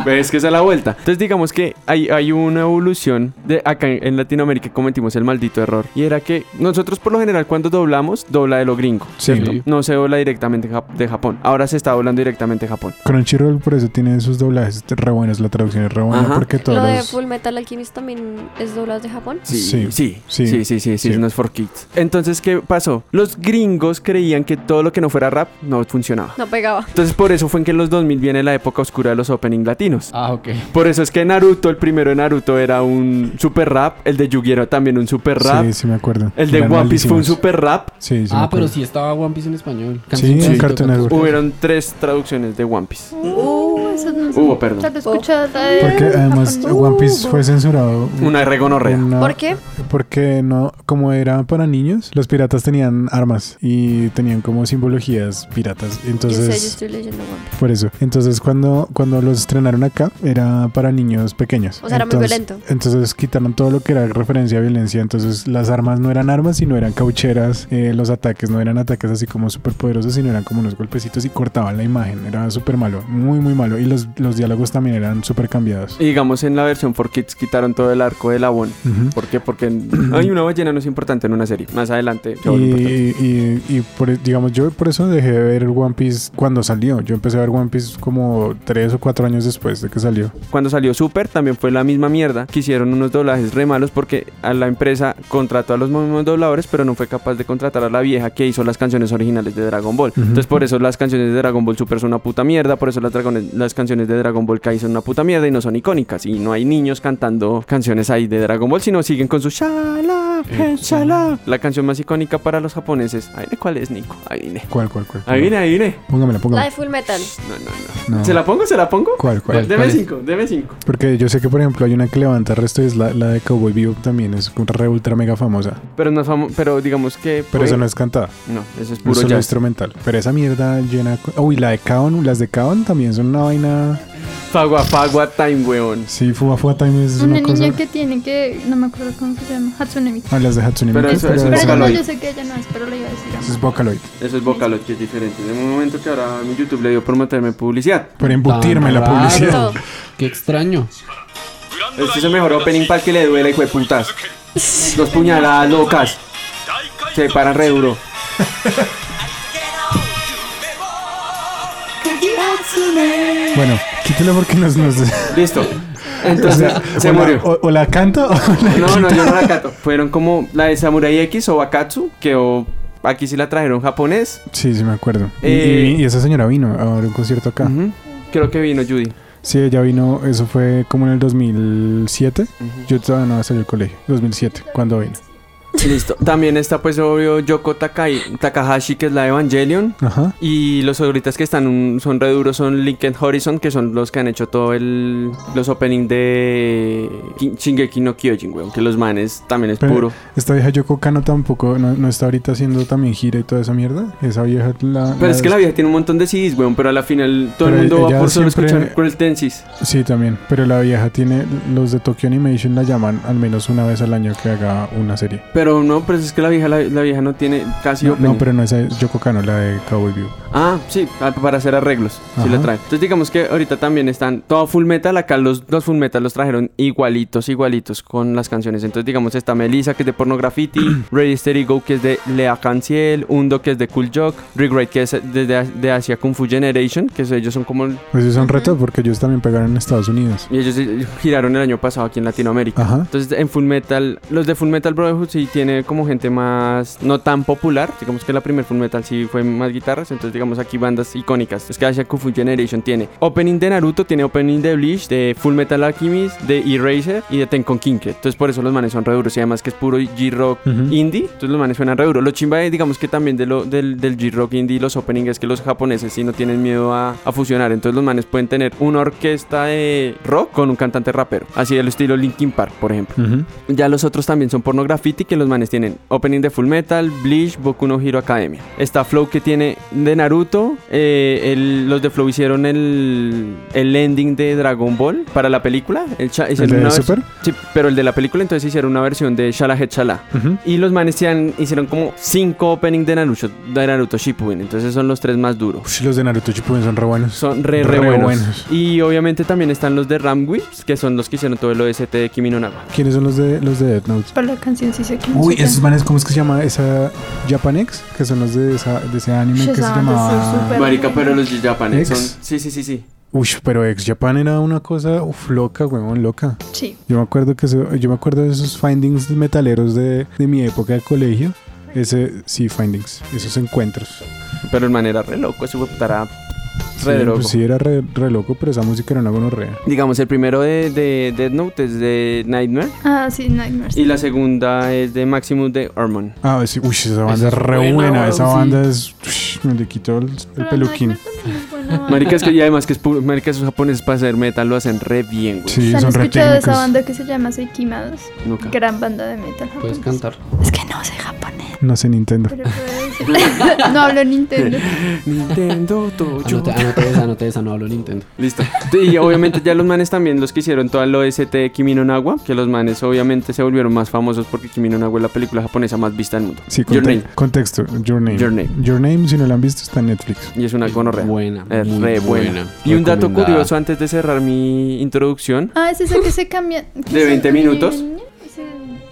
S4: Es que esa es la vuelta. Entonces digamos que hay, hay una evolución de acá en en Latinoamérica cometimos el maldito error. Y era que nosotros por lo general cuando doblamos, dobla de lo gringo. ¿cierto?
S1: Sí.
S4: No se dobla directamente ja- de Japón. Ahora se está doblando directamente de Japón.
S5: Crunchyroll por eso tiene sus doblajes re buenos, la traducción es re buena
S4: Ajá.
S5: porque todos
S2: Lo de
S5: los-
S2: Full Metal Alchemist también es doblado de Japón.
S4: Sí, sí,
S5: Sí,
S4: sí, sí,
S5: sí,
S4: sí, sí,
S5: sí.
S4: no es for kids. Entonces, ¿qué pasó? Los gringos creían que todo lo que no fuera rap no funcionaba.
S2: No pegaba.
S4: Entonces, por eso fue en que en los 2000 viene la época oscura de los opening latinos.
S1: Ah, ok.
S4: Por eso es que Naruto, el primero de Naruto, era un super rap. El de Yugiero también un super rap.
S5: Sí, sí me acuerdo.
S4: El de
S5: Eran
S4: One Piece fue un
S5: malísimos.
S4: super rap.
S5: Sí,
S1: Ah,
S5: sí me
S1: pero
S5: acuerdo.
S1: sí estaba One Piece en español.
S5: Sí, en
S1: Cancioncito,
S5: Cartoon
S1: canción.
S5: Network.
S4: Hubieron tres traducciones de One Piece.
S6: Uh, eso no sé.
S4: Hubo, perdón.
S6: Solo escuchaba de-
S5: Porque además
S6: Japón.
S5: One Piece fue censurado.
S4: Una regonorrea.
S5: Una-
S2: ¿Por qué?
S5: Porque no, como era para niños, los piratas tenían armas y tenían como simbologías piratas. Entonces,
S2: yo sé, yo estoy leyendo One Piece.
S5: Por eso. Entonces, cuando, cuando los estrenaron acá, era para niños pequeños.
S2: O sea, era muy
S5: Entonces-
S2: violento.
S5: Entonces, quitaron todo lo que era referencia a violencia. Entonces, las armas no eran armas, sino eran caucheras. eh, los ataques no eran ataques así como súper poderosos, sino eran como unos golpecitos y cortaban la imagen. Era súper malo, muy, muy malo. Y los, los diálogos también eran súper cambiados.
S4: Y digamos en la versión for kids quitaron todo el arco del abón.
S5: Ujú.
S4: ¿Por qué? Porque hay una ballena no es importante en una serie. Más adelante. se
S5: Y,
S4: vuelve importante.
S5: y- y por- digamos, yo por eso dejé de ver One Piece cuando salió. Yo empecé a ver One Piece como tres o cuatro años después de que salió.
S4: Cuando salió Super también fue la misma mierda. Que hicieron unos doblajes re malos porque a la empresa contrató a los mismos dobladores, pero no fue capaz de contratar a la vieja que hizo las canciones originales de Dragon Ball.
S5: Ujú.
S4: Entonces por eso las canciones de Dragon Ball Super son una puta mierda, por eso las, dragones- las canciones de Dragon Ball Kai son una puta mierda y no son icónicas. Y no hay niños cantando canciones ahí de Dragon Ball, sino siguen con su shala, hey, shala. La canción más icónica para los japoneses. Ay, ¿cuál es, Nico? Ahí viene.
S5: ¿Cuál, cuál, cuál?
S4: Ahí viene, ahí viene.
S5: Póngamela,
S2: La de
S5: póngamela.
S2: Full Metal.
S4: No, no, no.
S5: No.
S4: ¿Se la pongo? ¿Se la pongo?
S5: ¿Cuál, cuál?
S1: ¿Cuál?
S4: Deme
S1: es?
S4: cinco, deme cinco.
S5: Porque yo sé que, por ejemplo, hay una que levanta resto y es la, la de Cowboy Bebop también. Es re ultra mega famosa.
S4: Pero no famo- pero digamos que
S5: Pero
S4: fue-
S5: eso no es cantada.
S4: no, eso es
S5: Es
S4: puro
S5: solo
S4: jazz.
S5: instrumental. Pero esa mierda llena... Uy, la de Kaon. Las de Kaon también son una vaina...
S4: Fagua Fagua Time, weón.
S5: Sí, Fuba Fuba Time es
S6: Una
S5: una
S6: niña
S5: cosa...
S6: que tiene que. No me acuerdo cómo se llama. Hatsune Miku.
S5: Ah, las de Hatsune
S4: Pero
S5: Miku.
S4: eso- eso
S6: Pero
S4: es
S6: ella no,
S4: Vocaloid.
S6: yo sé que ella no es, pero le iba a decir.
S5: Eso es Vocaloid.
S4: Eso es Vocaloid, que es diferente. De un momento que ahora mi YouTube le dio por meterme publicidad.
S5: Por embutirme la
S1: Tan raro.
S5: publicidad.
S1: Qué extraño.
S4: Este es el mejor opening para el que le duele, hijo de putas. Dos puñaladas locas. Se paran re duro.
S5: Bueno, quítela porque nos... nos... [LAUGHS]
S4: Listo.
S5: o
S4: Entonces,
S5: sea,
S4: se
S5: o la-
S4: murió.
S5: o, o la canta o la
S4: No,
S5: quito.
S4: no, yo no la cato. Fueron como la de Samurai X o Bakatsu, que o- aquí sí la trajeron japonés.
S5: Sí, sí me acuerdo. Y-
S4: Eh,
S5: Y, y esa señora vino a ver un concierto acá.
S4: Ujú. Creo que vino Judy.
S5: Sí, ella vino, eso fue como en el 2007. Yo todavía no había salido del colegio, 2007, cuando vino.
S4: Listo. También está pues obvio Yoko Takai- Takahashi, que es la de Evangelion.
S5: Ajá.
S4: Y los ahoritas que están un- son re duros son Linkin Horizon, que son los que han hecho todo el los openings de Ki- Shingeki no Kyojin, weón, que los manes también es
S5: Pero-
S4: puro.
S5: Esta vieja Yoko Kano tampoco, no, no está ahorita haciendo también gira y toda esa mierda. Esa vieja la.
S4: Pero es que la vieja tiene un montón de CDs, weón, pero a la final todo
S5: Pero
S4: el mundo va
S5: ella
S4: por solo
S5: siempre-
S4: escuchar Cruel Tensis.
S5: Sí, también. Pero la vieja tiene. Los de Tokyo Animation la llaman al menos una vez al año que haga una serie.
S4: Pero no, pero es que la vieja, la, la vieja no tiene casi
S5: no,
S4: opening.
S5: no, pero no esa es Yoko Kano, la de Cowboy View.
S4: Ah, sí, ah, para hacer arreglos. Sí
S5: Ajá.
S4: lo traen. Entonces digamos que ahorita también están todo Full Metal. Acá los, los Full Metal los trajeron igualitos, igualitos con las canciones. Entonces digamos está Melissa que es de Pornografiti, Ready Steady Go que es de Lea Canciel, Undo que es de Cool Jock, Regret que es de, de, de Asia Kung Fu Generation, que ellos son como...
S5: Pues esos son retos porque ellos también pegaron en Estados Unidos.
S4: Y ellos eh, giraron el año pasado aquí en Latinoamérica.
S5: Ajá.
S4: Entonces en Full Metal, los de Full Metal Brotherhood sí tiene como gente más no tan popular. Digamos que la primer Full Metal sí fue más guitarras. Entonces digamos aquí bandas icónicas. Es que Asia Kufu Generation tiene opening de Naruto, tiene opening de Bleach, de Full Metal Alchemist, de Eraser y de Tenkon Kinke. Entonces por eso los manes son re duros. Y además que es puro G-Rock
S5: Ujú.
S4: indie. Entonces los manes suenan re duro. Lo chimba es, digamos que también de lo, del, del G-Rock indie, los openings es que los japoneses sí no tienen miedo a, a fusionar. Entonces los manes pueden tener una orquesta de rock con un cantante rapero. Así del estilo Linkin Park, por ejemplo.
S5: Ujú.
S4: Ya los otros también son porno graffiti que los manes tienen opening de Full Metal, Bleach, Boku no Hero Academia. Está Flow que tiene de Naruto. eh, el- los de Flow hicieron el, el ending de Dragon Ball para la película. El, cha-
S5: ¿El
S4: hicieron
S5: de
S4: una vers-
S5: Super?
S4: Sí, pero el de la película entonces hicieron una versión de Shala Het Shala.
S5: Ujú.
S4: Y los manes hicieron, hicieron como cinco opening de Naruto, de Naruto Shippuden. Entonces son los tres más duros.
S5: Ush, los de Naruto Shippuden son re buenos.
S4: Son re, re,
S5: Re
S4: buenos.
S5: buenos.
S4: Y obviamente también están los de Ram Whips, que son los que hicieron todo el OST de Kimi no Na wa.
S5: ¿Quiénes son los de los de Death Note?
S6: Por la canción sí sé que
S5: Uy, esos manes, ¿cómo es que se llama esa Japanex? Que son los de, esa- de ese anime que se
S6: Shazam, de ser
S5: llamaba...
S6: super-
S4: Marica, pero los japanes son...
S5: Ex.
S4: Sí, sí, sí, sí.
S5: Uy, pero ex Japan era una cosa uf, loca, huevón, loca.
S6: Sí.
S5: Yo me acuerdo que eso- yo me acuerdo de esos findings metaleros de, de mi época de colegio. Ese, sí, findings, esos encuentros.
S4: Pero el man era re loco, ese fue putará.
S5: Sí,
S4: Re loco.
S5: pues sí, era re, re loco, pero esa música era una gonorrea.
S4: Digamos, el primero de, de Death Note es de Nightmare.
S6: Ah, sí, Nightmares.
S4: Y la segunda es de Maximus de Ormond.
S5: Ah, sí, uy, esa banda
S4: Esa
S5: es
S4: es
S5: re
S4: buena,
S5: buena,
S4: huevón,
S5: esa
S4: sí.
S5: banda es... ush, me le quitó el, el
S6: Pero
S5: peluquín.
S6: Nightmare también es buena banda.
S4: [LAUGHS] Marica, es que, y además que es puro. Marica, esos japoneses para hacer metal lo hacen re bien, güey.
S5: Sí,
S6: ¿Han
S5: son re
S6: escuchado esa
S5: técnicos.
S6: banda que se llama Seikimados?
S4: Nunca. [LAUGHS]
S6: Gran banda de metal
S1: Puedes
S6: japonés.
S1: cantar.
S6: Es que no sé japonés.
S5: No sé, Nintendo.
S6: Pero puedo decir- [LAUGHS] no hablo Nintendo.
S4: Nintendo Toyo.
S1: Anote, anote esa, anote esa, no hablo Nintendo.
S4: Listo. Y obviamente ya los manes también, los que hicieron todo el OST de Kimi no Na wa, que los manes obviamente se volvieron más famosos porque Kimi no Na wa es la película japonesa más vista del mundo.
S5: Sí,
S4: Your
S5: conte-
S4: Name.
S5: contexto. Your Name.
S4: Your Name.
S5: Your Name, si no la han visto, está en Netflix.
S4: Y es una gonorrea.
S1: Buena.
S4: Es
S1: muy
S4: re buena. Y un dato
S1: Recomendada.
S4: curioso antes de cerrar mi introducción.
S6: Ah, es esa que se cambia. que
S4: ¿De
S6: se-
S4: 20 minutos?
S6: Sí.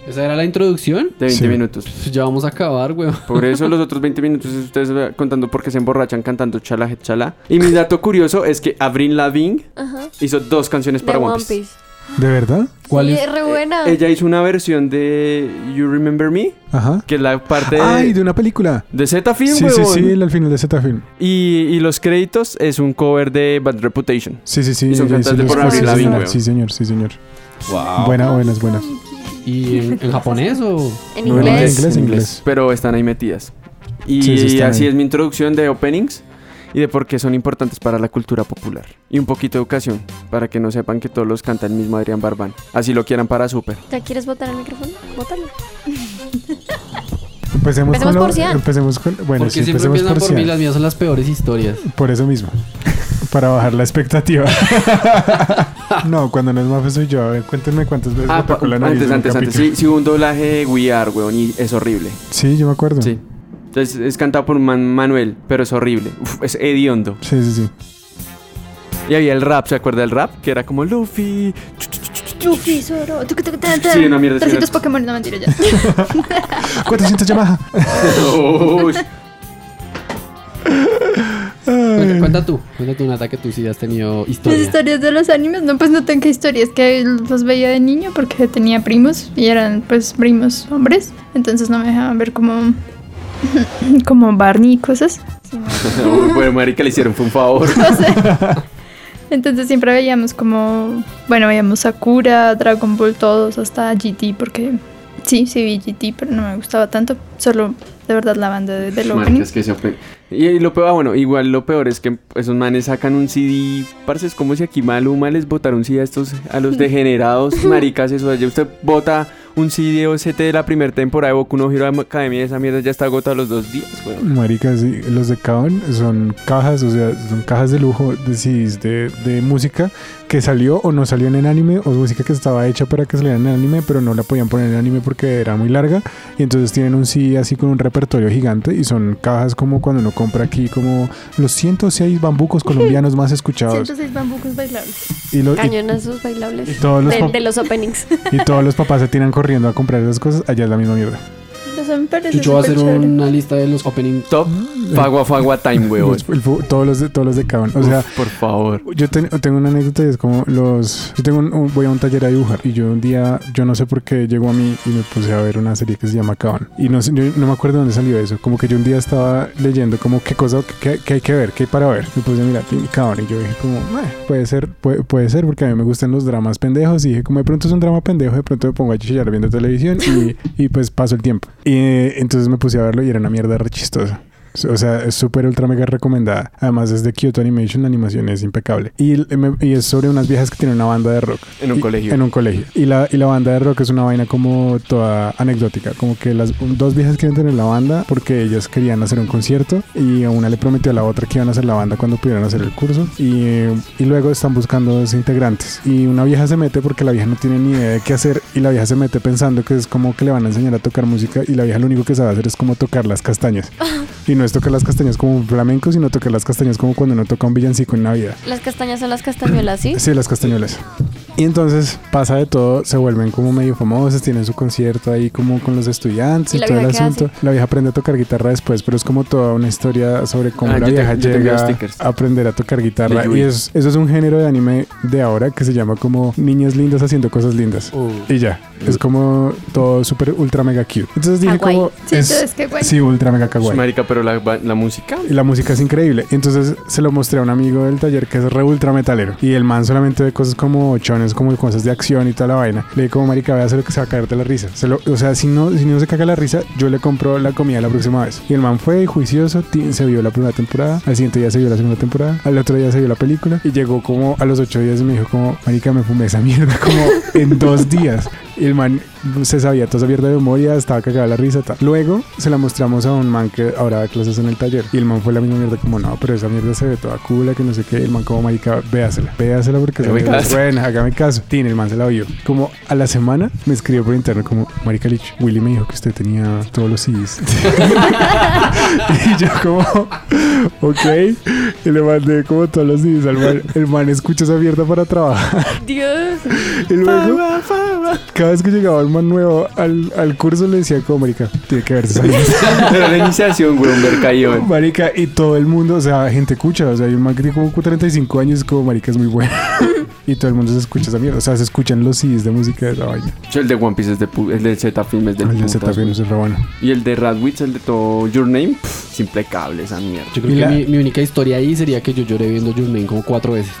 S1: ¿Esa era la introducción?
S4: De 20
S5: Sí.
S4: minutos.
S1: Pues ya vamos a acabar, weón.
S4: Por eso los otros 20 minutos es ustedes eh, contando por qué se emborrachan cantando chala je, chala. Y mi dato curioso es que Avril Lavigne
S2: Ajá.
S4: hizo dos canciones
S2: De
S4: para Eh,
S2: One Piece. Ah.
S5: ¿De verdad?
S2: sí,
S6: Eh,
S2: es? re buena.
S4: Ella hizo una versión de You Remember Me,
S5: Ajá.
S4: que es la parte de,
S5: Ay, de una película.
S4: de Z Film,
S5: Sí, sí,
S4: huevón.
S5: sí, el al final de Z Film.
S4: Y, y los créditos es un cover de Bad Reputation.
S5: Sí, sí, sí.
S4: Y son
S5: ella hizo
S4: cantantes
S5: los
S4: por Avril
S5: voces
S4: Lavigne,
S5: de-
S4: weón.
S5: Sí, señor, sí, señor.
S1: Wow.
S5: Buena, buenas, buenas.
S1: ¿Y en, [LAUGHS] en japonés o...?
S2: En
S5: No, no,
S2: inglés.
S5: en Ah, inglés, inglés.
S4: Pero están ahí metidas. Y,
S5: Sí, sí, están
S4: así
S5: ahí.
S4: es mi introducción de openings y de por qué son importantes para la cultura popular. Y un poquito de educación, para que no sepan que todos los canta el mismo Adrián Barbán. Así lo quieran para Super.
S2: ¿Ya quieres botar el micrófono? Bótalo.
S5: Empecemos con
S2: Empecemos
S5: lo-
S2: por Cian.
S5: Empecemos con. Bueno,
S1: Porque
S5: sí,
S1: siempre
S5: empecemos
S1: empiezan
S5: por
S1: por, mí,
S5: Cian.
S1: las mías son las peores historias.
S5: Por eso mismo. [LAUGHS] Para bajar la expectativa.
S4: [LAUGHS]
S5: no, cuando no es Mafe soy yo. A ver, cuéntenme cuántas veces me
S4: Ah,
S5: tocó la
S4: pa- antes,
S5: nariz. en un
S4: antes, antes.
S5: capítulo.
S4: Sí, sí, hubo un doblaje de We Are, weón, y es horrible.
S5: Sí, yo me acuerdo.
S4: Sí.
S5: Sí,
S4: Entonces es cantado por Man- Manuel, pero es horrible. Uf, es hediondo.
S5: sí, sí.
S4: Y había el rap, ¿se acuerda del rap? Que era como
S5: [LAUGHS]
S4: Luffy.
S6: Yuki, Zoro. tuc, tuc, tan, tan.
S4: Sí, una mierda, sí,
S6: 300
S4: una-
S6: Pokémon, no mentira ya.
S5: 400 Yamaha.
S4: Uy.
S1: Cuenta, cuenta tú, cuenta tú, Nata, que tú sí has tenido
S6: Las
S1: historia.
S6: historias de los animes, no, pues no tengo historias, que los veía de niño porque tenía primos y eran pues primos hombres, entonces no me dejaban ver como, [LAUGHS] como Barney y cosas. Sí, me-
S4: [LAUGHS] Uy, bueno, marica, le hicieron fue un favor.
S6: Entonces siempre veíamos como, bueno, veíamos Sakura, Dragon Ball todos, hasta GT porque Sí, sí vi GT, pero no me gustaba tanto. Solo, de verdad, la banda de, del opening.
S4: Marcas que se ope- y, y lo peor, ah, bueno, igual lo peor es que esos manes sacan un CD, parce, es como si aquí Maluma les botara un CD a estos, a los degenerados maricas, eso, allá usted bota un CD OST de la primera temporada de Boku no Hero Academia, esa mierda ya está agotada a los dos días, weón.
S5: Maricas, los de Kaon son cajas, o sea, son cajas de lujo de CDs de, de música que salió o no salió en el anime, o música que estaba hecha para que saliera en el anime, pero no la podían poner en el anime porque era muy larga. Y entonces tienen un CD así con un repertorio gigante y son cajas como cuando uno compra aquí, como los 106 bambucos colombianos más
S6: [LAUGHS]
S5: escuchados.
S6: 106 bambucos bailables.
S5: Y, lo- y-
S2: Cañonazos
S5: y
S2: bailables
S5: todos los
S2: de,
S5: pap-
S2: de los openings.
S5: y todos los papás se tiran corriendo a comprar esas cosas, allá es la misma mierda.
S6: Eso me parece
S1: Chucho va a hacer
S6: superchévere.
S1: una lista de los opening
S4: Top, Fagua Fagua Time, weón.
S5: Los- el fu- todos los de, todos los de Kaon. O sea,
S4: Uf, por favor.
S5: Yo ten- tengo una anécdota y es como los... Yo tengo un, un- voy a un taller a dibujar y yo un día, yo no sé por qué llegó a mí y me puse a ver una serie que se llama Caban. Y no, sé- yo no me acuerdo dónde salió eso. Como que yo un día estaba leyendo como qué cosa, qué, qué hay que ver, qué hay para ver. Me puse a mirar y Caban y yo dije como, "Meh, puede ser, puede, puede ser porque a mí me gustan los dramas pendejos. Y dije como de pronto es un drama pendejo, de pronto me pongo a chillar viendo televisión y, y pues paso el tiempo. Y eh, entonces me puse a verlo y era una mierda re chistosa. O sea, es súper ultra mega recomendada. Además, es de Kyoto Animation, la animación es impecable. Y, el- me- y es sobre unas viejas que tienen una banda de rock.
S4: En un
S5: Y-
S4: colegio.
S5: En un colegio. Y la, y la banda de rock es una vaina como toda anecdótica. Como que las un- dos viejas quieren tener la banda porque ellas querían hacer un concierto y a una le prometió a la otra que iban a hacer la banda cuando pudieran hacer el curso. Y, y luego están buscando dos integrantes. Y una vieja se mete porque la vieja no tiene ni idea de qué hacer y la vieja se mete pensando que es como que le van a enseñar a tocar música y la vieja lo único que sabe hacer es como tocar las castañas. Y no es tocar las castañas como un flamenco, sino tocar las castañas como cuando uno toca un villancico en Navidad.
S2: Las castañas son las castañuelas, ¿sí?
S5: Sí, las castañuelas. Y entonces pasa de todo, se vuelven como medio famosas, tienen su concierto ahí como con los estudiantes
S2: ¿Y
S5: y
S2: la
S5: todo el
S2: vieja qué
S5: asunto. La vieja aprende a tocar guitarra después, pero es como toda una historia sobre cómo
S4: Ah,
S5: la
S4: yo te-
S5: vieja
S4: yo tengo los
S5: llega
S4: stickers.
S5: a aprender a tocar guitarra.
S4: De Yui.
S5: Y es, eso es un género de anime de ahora que se llama como niñas lindas haciendo cosas lindas.
S4: Uh.
S5: Y ya, es como todo súper ultra mega cute. Entonces dije
S2: Kawaii.
S5: como...
S6: Sí,
S5: es-
S6: entonces, qué guay.
S5: sí, ultra mega
S4: Ush,
S5: kawaii.
S4: marica, pero la, ba- la
S5: [LAUGHS]
S4: música.
S5: Y la música es increíble. Entonces se lo mostré a un amigo del taller que es re ultra metalero. Y el man solamente ve cosas como chones, como cosas de acción y toda la vaina. Le dije como marica, ve a hacer lo que se va a caer de la risa. Se lo- o sea, si no, si no se caga la risa, yo le compro la comida la próxima vez. Y el man fue juicioso, ti- se vio la primera temporada, al siguiente día se vio la segunda temporada, al otro día se vio la película. Y llegó como a los ocho días y me dijo como, marica, me fumé esa mierda como en dos días. Y el man se sabía toda esa mierda de memoria, estaba cagada de la risa. tal. Luego se la mostramos a un man que ahora da clases en el taller. Y el man fue la misma mierda, como no, pero esa mierda se ve toda cula, que no sé qué. El man, como marica, véasela, véasela porque esa
S4: Hágame
S5: mierda es
S4: caso.
S5: buena, hágame caso. Tiene, el man se la vio. Como a la semana me escribió por interno, como marica Lich, Willy me dijo que usted tenía todos los CDs. [LAUGHS] y yo, como, ok. Y le mandé como todos los CDs al man. El man escucha esa mierda para trabajar.
S2: Dios.
S4: Pues
S5: Y luego, cada vez que llegaba el man nuevo al, al curso le decía como marica, tiene que verse
S4: Era la iniciación, weón, Bercaillón.
S5: Marica, y todo el mundo, o sea, gente escucha, o sea, hay un man que tiene como 35 años, como marica es muy buena. y todo el mundo se escucha esa mierda, o sea, se escuchan los CDs de música de esa vaina.
S4: El de One Piece es de pu- el del Z-Film es de
S5: El de Z
S4: putas,
S5: no es re bueno.
S4: Y el de Radwitz, el de todo Your Name, pff, es impecable esa mierda.
S1: Yo creo
S5: Y
S1: que
S5: la-
S1: mi, mi única historia ahí sería que yo lloré viendo Your Name como cuatro [LAUGHS] veces.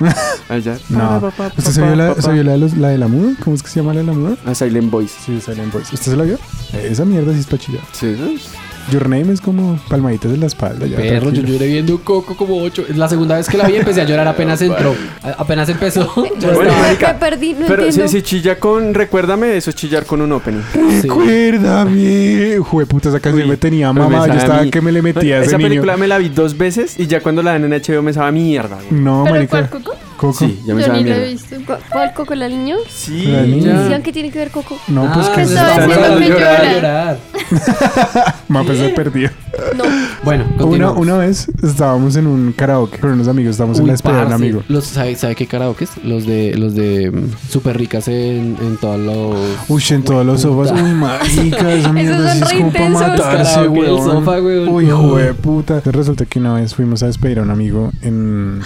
S4: Allá.
S5: No. ¿Usted se vio la, se vio la de, los- la de la muda? ¿Cómo es que se llama la de la muda?
S4: A Silent Boys.
S5: Sí, Silent Boys. ¿Usted se la vio? Eh, Esa mierda sí está chillada.
S4: Sí, eso es.
S5: Your Name es como palmaditas en la espalda. Ya,
S1: Perro, yo
S5: tranquilo.
S1: lloré viendo Coco como ocho. Es la segunda vez que la vi, empecé a llorar [LAUGHS] apenas entró. A- Apenas empezó. ya estaba-
S4: Bueno,
S2: me, [LAUGHS]
S4: marica,
S2: me perdí, Pues no
S4: Pero si,
S2: entiendo.
S4: si chilla con. Recuérdame, eso es chillar con un opening.
S1: sí.
S5: Recuérdame, jueputa, esa canción
S4: Uy,
S5: me tenía
S4: Pues me
S5: mamá.
S4: sabe
S5: Yo
S4: a
S5: estaba
S4: mí.
S5: que me
S1: [LAUGHS]
S5: le metía a ese
S4: Esa
S5: niño.
S4: película me la vi dos veces y ya cuando la dan en HBO me sabe a mierda, güey.
S5: No,
S6: ¿Pero
S5: marica.
S6: cuál, Coco?
S5: Coco.
S4: Sí, ya me
S6: Yo
S4: sabe a
S6: ni lo
S4: mierda.
S6: he visto.
S2: ¿Cu- ¿Cuál coco la niño?
S4: Sí,
S5: La niña.
S2: Sí,
S4: ya.
S2: aunque tiene que ver coco.
S5: No, pues
S1: Ah,
S5: que
S1: se
S5: se
S1: estaba
S5: está
S1: haciendo
S5: hablando.
S6: que llora.
S1: llorar.
S5: Me empecé perdido.
S2: No.
S1: Bueno,
S5: pues Una,
S1: continuamos.
S5: una vez estábamos en un karaoke con unos amigos, estábamos en
S1: Uy,
S5: la espera de un
S1: parce,
S5: amigo.
S1: Los, ¿sabe, ¿Sabe qué karaokes? Los de los de mm, super ricas en, en todos los.
S5: Uy, en todos los sofás. Uy, marica, esa mierda sí
S2: son
S5: es
S2: re
S5: como para
S2: intensos.
S5: matarse,
S1: Karaoke, el
S5: weón.
S1: sofá, weón.
S5: Uy,
S1: No.
S5: hijo de puta. Entonces Resulta que una vez fuimos a despedir a un amigo en...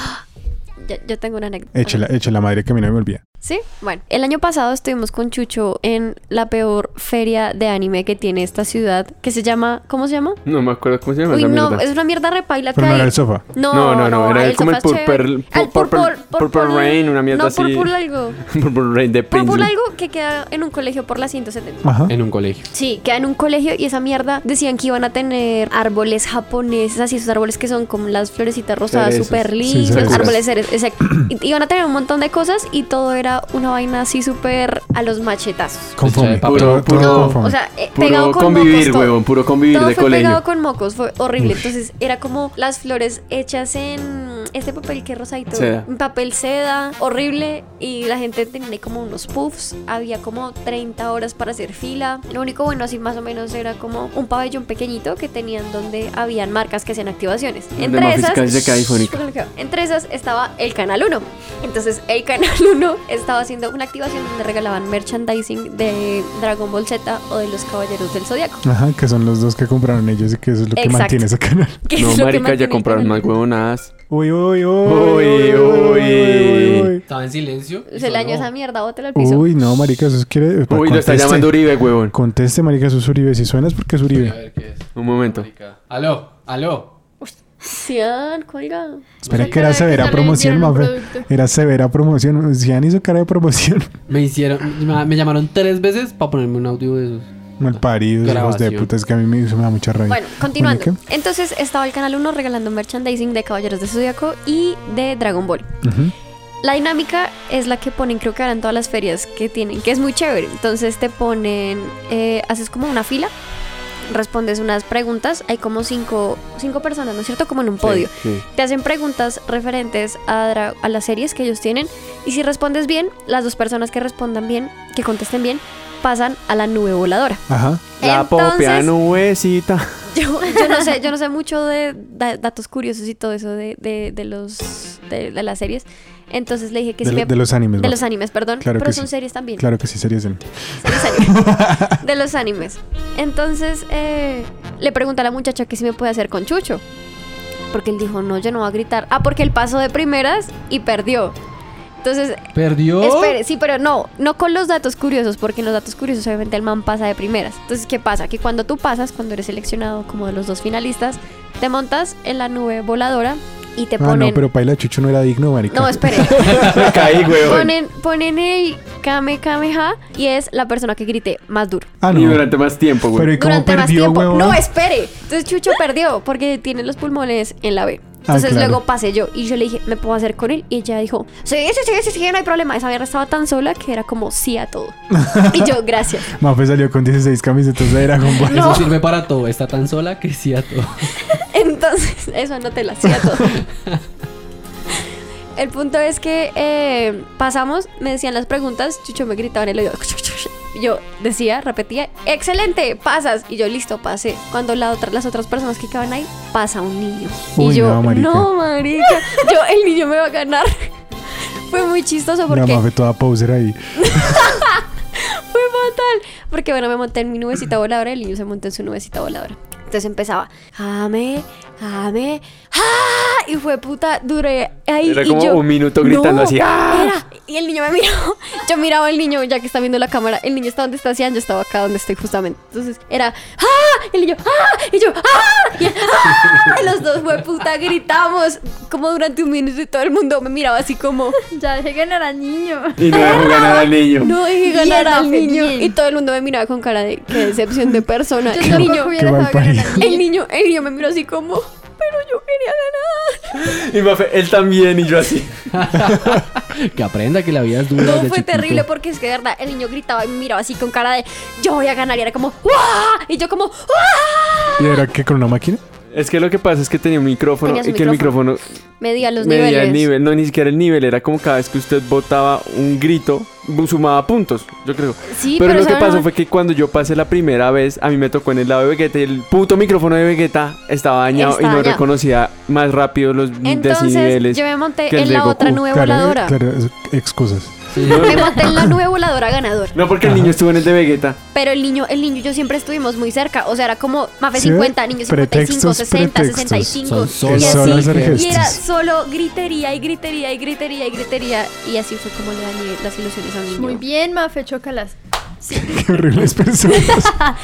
S2: Ya, ya tengo una anécdota.
S5: Eche la, eche la madre que a mí no me olvida.
S2: ¿Sí? Bueno, el año pasado estuvimos con Chucho en la peor feria de anime que tiene esta ciudad, que se llama, ¿cómo se llama?
S4: No me acuerdo cómo se llama
S2: Uy,
S4: esa
S2: no,
S4: [LAUGHS] mierda.
S2: es una mierda repaila que
S5: Pero no era
S2: hay.
S5: el sofá.
S2: No,
S4: No, no, no, era
S2: el
S4: el- como el
S2: sofá es chévere.
S4: Purple-
S2: Ah, el
S4: Purple- Purple Rain, una mierda
S2: no,
S4: así.
S2: Purple algo.
S4: Purple Rain de Prince.
S2: Purple algo que queda en un colegio por la 170.
S5: Ajá.
S1: en un colegio.
S2: Sí, queda en un colegio y esa mierda decían que iban a tener árboles japoneses, así esos árboles que son como las florecitas rosadas
S4: Cerezos.
S2: súper
S5: Sí,
S2: lindos,
S5: cerezas.
S2: árboles cerezos,
S4: [CLEARS THROAT]
S2: exacto. Y- Iban a tener un montón de cosas y todo era una vaina así súper a los machetazos.
S5: Confome.
S1: Puro-
S5: Todo- todo
S4: puro-
S5: confome.
S2: O sea, eh, pegado
S4: Puro
S2: con
S4: convivir,
S2: mocos todo.
S4: huevón, puro convivir
S2: Todo
S4: de
S2: fue
S4: colegio.
S2: pegado con mocos, fue horrible. Entonces era como las flores hechas en este papel que es rosadito,
S4: Seda.
S2: en papel seda, horrible. Y la gente tenía ahí como unos puffs, había como 30 horas para hacer fila. Lo único bueno, así más o menos, era como un pabellón pequeñito que tenían donde habían marcas que hacían activaciones.
S4: Donde
S2: Entre
S4: más
S2: esas,
S4: fiscales de cada
S2: [LAUGHS]
S4: hifónico.
S2: entre esas estaba el Canal 1. Entonces el Canal 1 estaba haciendo una activación donde regalaban merchandising de Dragon Ball Z o de los Caballeros del Zodiaco.
S5: Ajá, que son los dos que compraron ellos y que eso es lo que
S2: Exacto.
S5: mantiene ese canal. [LAUGHS]
S2: [LAUGHS] que es
S4: No,
S2: lo que
S4: marica,
S2: mantiene
S4: ya
S2: el
S4: compraron
S2: canal.
S4: más huevonadas.
S5: Uy, uy, uy.
S4: Uy, uy, uy.
S1: Estaba en silencio.
S2: Se le dañó esa mierda, bótela al piso.
S5: Uy, no, marica, eso es quiere.
S4: Uy, lo está
S5: Conteste.
S4: llamando Uribe, huevón.
S5: Conteste, marica, eso es Uribe. Si suena es porque es
S1: A
S5: Uribe.
S1: ver qué es.
S4: Un momento.
S1: Aló, aló.
S2: Cian, cuelga.
S5: Espera que era
S6: Cara de que
S5: severa
S6: solo
S5: promoción,
S6: vendieron un
S5: mafe.
S6: producto.
S5: Era severa promoción. Cian hizo cara de promoción. [LAUGHS]
S1: Me hicieron, me me llamaron tres veces para ponerme un audio de esos.
S5: Mal parido, hijos de
S1: Grabación.
S5: puta. Es que a mí me, eso me da mucha rabia.
S2: Bueno, continuando.
S5: Marica,
S2: Entonces estaba el Canal 1 regalando merchandising de Caballeros de Zodiaco y de Dragon Ball.
S5: ujú.
S2: La dinámica es la que ponen, creo que ahora en todas las ferias que tienen, que es muy chévere. Entonces te ponen, eh, haces como una fila, respondes unas preguntas, hay como cinco, cinco personas, ¿no es cierto? Como en un podio.
S4: Sí.
S2: Te hacen preguntas referentes a, dra- a las series que ellos tienen y si respondes bien, las dos personas que respondan bien, que contesten bien, pasan a la nube voladora.
S5: Ajá.
S4: La
S2: Entonces-
S4: popea nubecita.
S2: Yo, yo no sé, yo no sé mucho de da- datos curiosos y todo eso de, de- de los de, de las series. Entonces le dije que
S5: De,
S2: si
S5: lo-
S2: me-
S5: de los animes.
S2: de
S5: va.
S2: los animes, perdón,
S5: Claro
S2: pero
S5: que
S2: son
S5: sí.
S2: series también.
S5: Claro que sí, Ah, series en-
S2: series
S5: [LAUGHS]
S2: anime. de los animes. Entonces eh, le pregunté a la muchacha que si me puede hacer con Chucho. Porque él dijo, no, yo no voy a gritar. Ah, porque él pasó de primeras y perdió. Entonces,
S5: ¿Oh?
S1: ¿Perdió?
S2: espere, sí, pero no, no con los datos curiosos, porque en los datos curiosos obviamente el man pasa de primeras. Entonces, ¿qué pasa? Que cuando tú pasas, cuando eres seleccionado como de los dos finalistas, te montas en la nube voladora y te
S5: Ah,
S2: ponen...
S5: no, pero Paila Chucho no era digno, marica. [LAUGHS]
S2: No, espere.
S4: [LAUGHS] Me caí, huevón.
S2: ponen, ponen el Kame Kameha y es la persona que grite más duro.
S5: Ah,
S4: Y
S5: no.
S4: durante más tiempo,
S5: Pero
S4: güey.
S5: ¿y cómo
S2: durante más
S5: perdió,
S2: tiempo.
S5: huevón?
S2: No, espere. Entonces Chucho perdió porque tiene los pulmones en la B. Entonces
S5: Ah, claro.
S2: luego pasé yo y yo le dije, ¿me puedo hacer con él? Y ella dijo, sí, sí, sí, sí, sí, no hay problema. Esa mierda estaba tan sola que era como sí a
S5: [LAUGHS]
S2: todo. y yo, gracias.
S5: Mafe salió con 16 camisetas de Dragon
S6: [LAUGHS]
S5: Ball.
S1: Eso sirve para todo. Está tan sola que sí a todo. [LAUGHS]
S2: [LAUGHS] Entonces, eso no te la hacía todo. El punto es que eh, pasamos, me decían las preguntas, Chucho me gritaba en el oído. Yo decía, repetía, excelente, pasas. Y yo, listo, pasé. Cuando la otra, las otras personas que quedaban ahí, pasa un niño. y
S5: Uy,
S2: yo,
S5: no,
S2: no,
S5: marica.
S2: marica. Yo, el niño me va a ganar. [LAUGHS] Fue muy chistoso
S5: La
S2: porque
S5: Mafe toda poser ahí.
S2: fue fatal. Porque bueno, me monté en mi nubecita voladora y el niño se montó en su nubecita voladora. Entonces empezaba, jame, jame, ¡ah! Y fue puta, duré ahí.
S4: Era
S2: y
S4: como
S2: yo-
S4: un minuto gritando
S2: No,
S4: así. ¡Ah!
S2: era. Y el niño me miró. [LAUGHS] Yo miraba al niño, ya que está viendo la cámara. El niño está donde está Cian, yo estaba acá donde estoy justamente. Entonces era, ¡ah! El niño, ¡ah! Y yo, ¡ah! Y, ¡ah! Y los dos, fue puta, gritamos. Como durante un minuto y todo el mundo me miraba así como,
S6: Ya dejé ganar al niño.
S4: Y no dejó
S2: [LAUGHS]
S4: ganar al niño.
S2: no dejé
S6: Bien,
S2: ganar al
S6: Rafa,
S2: niño.
S6: bien.
S2: Y todo el mundo me miraba con cara de qué decepción de persona.
S6: Yo
S2: el niño,
S6: tampoco
S5: Qué
S6: hubiera dejado
S5: mal
S6: ganar al
S5: parido.
S2: el
S6: niño.
S2: niño, el niño me miró así como, pero yo quería ganar.
S4: Y Mafe, él también, y yo así.
S1: que aprenda que la vida es dura.
S2: No,
S1: desde
S2: fue
S1: chiquito.
S2: terrible pues. porque es que de verdad el niño gritaba y me miraba así con cara de yo voy a ganar. Y era como, ¡guau! Y yo como, ¡guau!
S5: ¿Y era que con una máquina?
S4: Es que lo que pasa es que tenía un micrófono
S2: Tenía su
S4: y que el
S2: micrófono.
S4: micrófono
S2: Medía los
S4: medía
S2: niveles.
S4: el nivel. No, ni siquiera el nivel. Era como cada vez que usted botaba un grito, bu- sumaba puntos, yo creo.
S2: Sí,
S4: pero, lo
S2: eso
S4: que
S2: era-
S4: pasó fue que cuando yo pasé la primera vez, a mí me tocó en el lado de Vegeta y el puto micrófono de Vegeta estaba dañado
S2: Está
S4: y no
S2: dañado.
S4: reconocía más rápido los
S2: Entonces
S4: decibeles. [LAUGHS]
S2: yo me monté
S4: que el
S2: en
S4: de
S2: la otra
S4: Goku.
S2: nube
S5: Claro,
S2: voladora.
S5: claro, excusas.
S2: Me monté en la nube voladora ganador.
S4: No, porque el niño estuvo en el de Vegeta.
S2: Pero el niño, el niño y yo siempre estuvimos muy cerca. O sea, era como Mafe
S5: ¿Sí?
S2: 50, niño 55,
S5: Pretextos,
S2: 60,
S5: pretextos.
S2: 65.
S1: Son
S2: y
S1: solo
S5: hacer
S2: así. Y
S5: gestos.
S2: era solo gritería y gritería y gritería y gritería. Y así fue como le dañé las ilusiones a un niño.
S6: Muy bien, Mafe, chócalas.
S5: [LAUGHS] Qué horribles personas.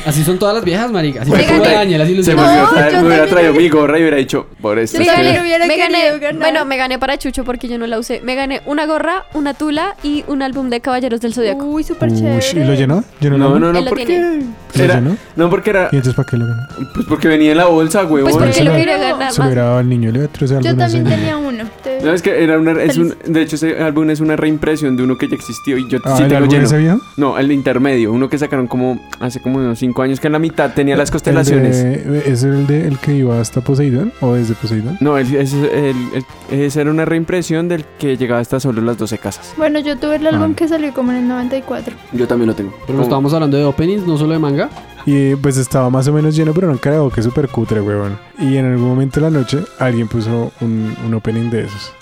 S1: Así son todas las viejas, marica. Así
S5: Pues,
S1: fue
S2: Oigan,
S1: como le dañé las
S4: Se
S1: ilusiones.
S4: me olvidó
S6: No,
S4: traer- me
S6: yo
S4: hubiera
S6: también
S4: traído
S6: hubiera-
S4: mi gorra y hubiera dicho, por esto.
S6: Yo
S2: Me
S4: es que-
S6: también
S2: gané,
S6: hubiera
S2: me gané-
S6: querido ganar.
S2: bueno, me gané para Chucho porque yo no la usé. Me gané una gorra, una tula y un álbum de Caballeros del Zodíaco.
S6: Uy, [LAUGHS] súper
S5: Uy,
S6: chévere.
S5: ¿Y lo llenó? ¿Llenó
S4: No,
S5: la-
S4: no,
S2: Él
S4: no,
S2: lo
S4: porque.
S2: tiene.
S5: ¿Lo
S4: Era,
S5: llenó?
S4: no, porque era.
S5: ¿Y entonces para qué lo ganó?
S4: Pues porque venía en la bolsa, huevón.
S2: Pues
S5: bueno,
S2: porque
S5: se
S2: lo
S5: la-
S2: quería ganar
S5: Se lo
S2: más.
S5: grababa al niño, le iba a traer
S6: Yo
S5: algunas
S6: también
S5: en-
S6: tenía uno. Te-
S4: No, es que era una, es un, de hecho ese álbum es una reimpresión de uno que ya existió y yo
S5: Ah,
S4: sí
S5: ¿el
S4: tengo
S5: álbum
S4: lleno.
S5: ese viejo?
S4: No, el de intermedio, uno que sacaron como hace como unos 5 años que en la mitad tenía las
S5: ¿El
S4: constelaciones.
S5: de- ¿Es el de el que iba hasta Poseidón o desde Poseidón?
S4: No, el- ese, el- el- esa era una reimpresión del que llegaba hasta solo las 12 casas.
S6: Bueno, yo tuve el
S5: Ah.
S6: álbum que salió como en el 94.
S4: Yo también lo tengo.
S1: Pero no estábamos hablando de openings, no solo de manga.
S5: Y eh, pues estaba más o menos lleno, pero era un karaoke súper cutre, huevón. Y en algún momento de la noche alguien puso un, un opening de esos.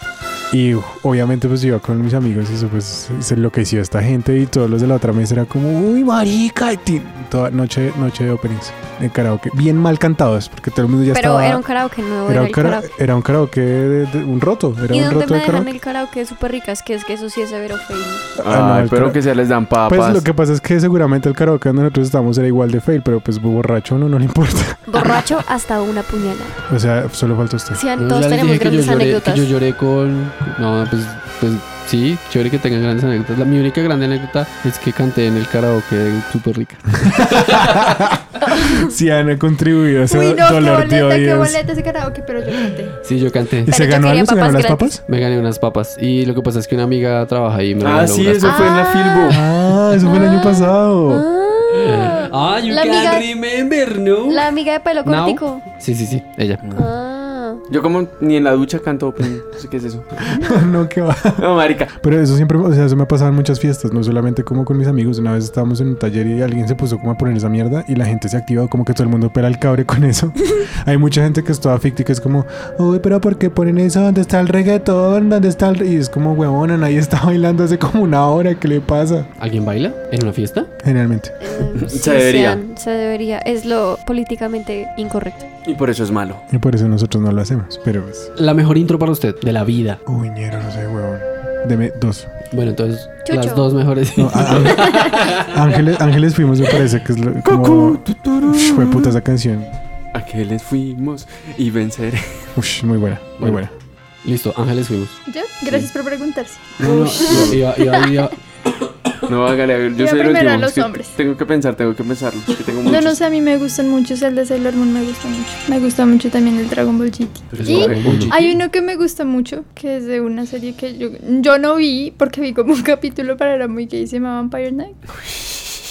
S5: Y uf, obviamente pues yo iba con mis amigos y eso pues se enloqueció esta gente y todos los de la otra mesa era como, uy, marica, y tin- toda noche, noche de openings de karaoke. Bien mal cantados, porque todo el mundo ya
S2: Pero
S5: estaba...
S2: era un karaoke nuevo.
S5: era
S2: Era
S5: un
S2: el
S5: cara-
S2: karaoke.
S5: era un karaoke de- de- un roto, era
S2: ¿Y
S5: un
S2: dónde
S5: roto
S2: me
S5: de
S2: dejan
S5: karaoke.
S2: el karaoke de súper ricas? Que es que eso sí es severo fail.
S5: Ah,
S4: Ah,
S5: no,
S4: espero
S5: pero-
S4: que se les dan papas.
S5: Pues lo que pasa es que seguramente el karaoke donde nosotros estábamos era igual de fail, pero pues borracho no, no le importa. [LAUGHS]
S2: Borracho hasta una puñalada.
S5: O sea, solo falta usted.
S2: Sí,
S1: Yo
S2: todos
S1: ya les
S2: tenemos
S1: dije que yo,
S2: grandes
S1: lloré, que
S2: anécdotas.
S1: yo lloré con... No, pues, pues sí, chévere que tengan grandes anécdotas. La, mi única grande anécdota es que canté en el karaoke de Super Rica.
S5: Sí, Ana contribuyó a ese
S6: Uy, no, qué
S5: dolor de
S6: boleta, qué
S5: odios.
S6: boleta ese karaoke, pero yo canté.
S1: Sí, yo canté.
S5: ¿Y se
S2: yo
S5: ganó
S2: quería
S5: algo? ¿Se ganó
S2: papas
S5: las
S2: gratis.
S5: papas?
S1: Me gané unas papas. Y lo que pasa es que una amiga trabaja ahí y me
S4: Ah,
S1: regaló
S4: sí,
S1: unas
S4: eso fue en la Filbo.
S5: Ah, eso fue el año pasado.
S2: Ah,
S1: Ah, you
S2: La
S1: can't
S2: amiga-
S1: remember, ¿no?
S2: la amiga de pelo
S1: Now.
S2: cortico.
S1: Sí, sí, sí, ella.
S2: Ah.
S4: Yo como ni en la ducha canto, pues, no sé qué es eso.
S6: Ah.
S5: [LAUGHS] no, qué va.
S4: No, marica.
S5: Pero eso siempre, o sea, eso me ha pasado en muchas fiestas, no solamente como con mis amigos. Una vez estábamos en un taller y alguien se puso como a poner esa mierda y la gente se activó, como que todo el mundo pela el cabre con
S6: [LAUGHS]
S5: eso. Hay mucha gente que es toda ficta y que es como, uy, pero ¿por qué ponen eso? ¿Dónde está el reggaetón? ¿Dónde está el.? re-?" Y es como, huevona, nadie está bailando hace como una hora, ¿qué le pasa?
S1: ¿Alguien baila en una fiesta?
S5: Generalmente.
S2: Eh, sí,
S4: debería.
S2: sean, se debería. Es lo políticamente incorrecto.
S4: Y por eso es malo.
S5: Y por eso nosotros no lo hacemos, pero pues, es.
S1: La mejor intro para usted, de la vida.
S5: Uy, ñero, no sé, huevón. Deme dos.
S1: Bueno, entonces,
S2: Chucho.
S1: las dos mejores. [LAUGHS]
S5: No, ah. á- á- Ángeles, Ángeles fuimos, me parece que es lo, como... Ush, Fue puta esa canción.
S4: ¿A qué les fuimos? Y venceré.
S5: Ush, muy buena, muy buena.
S1: Listo, Ángeles fuimos.
S6: ¿Yo? Gracias por preguntarse.
S1: No, no, iba- iba- [LAUGHS] iba-
S4: No, hágale, yo
S6: Yo
S4: soy el
S6: primero
S4: último.
S6: a los
S4: es que
S6: hombres.
S4: Tengo que pensar, tengo que pensarlo. es que tengo
S6: No,
S4: muchos.
S6: no sé, a mí me gustan mucho. El de Sailor Moon me gusta mucho. Me gusta mucho también el Dragon Ball GT.
S4: Pero
S6: Y
S4: escoge uno.
S6: Hay uno que me gusta mucho, que es de una serie que yo, yo no vi porque vi como un [LAUGHS] capítulo, pero era muy gay, se llamaba Vampire Night.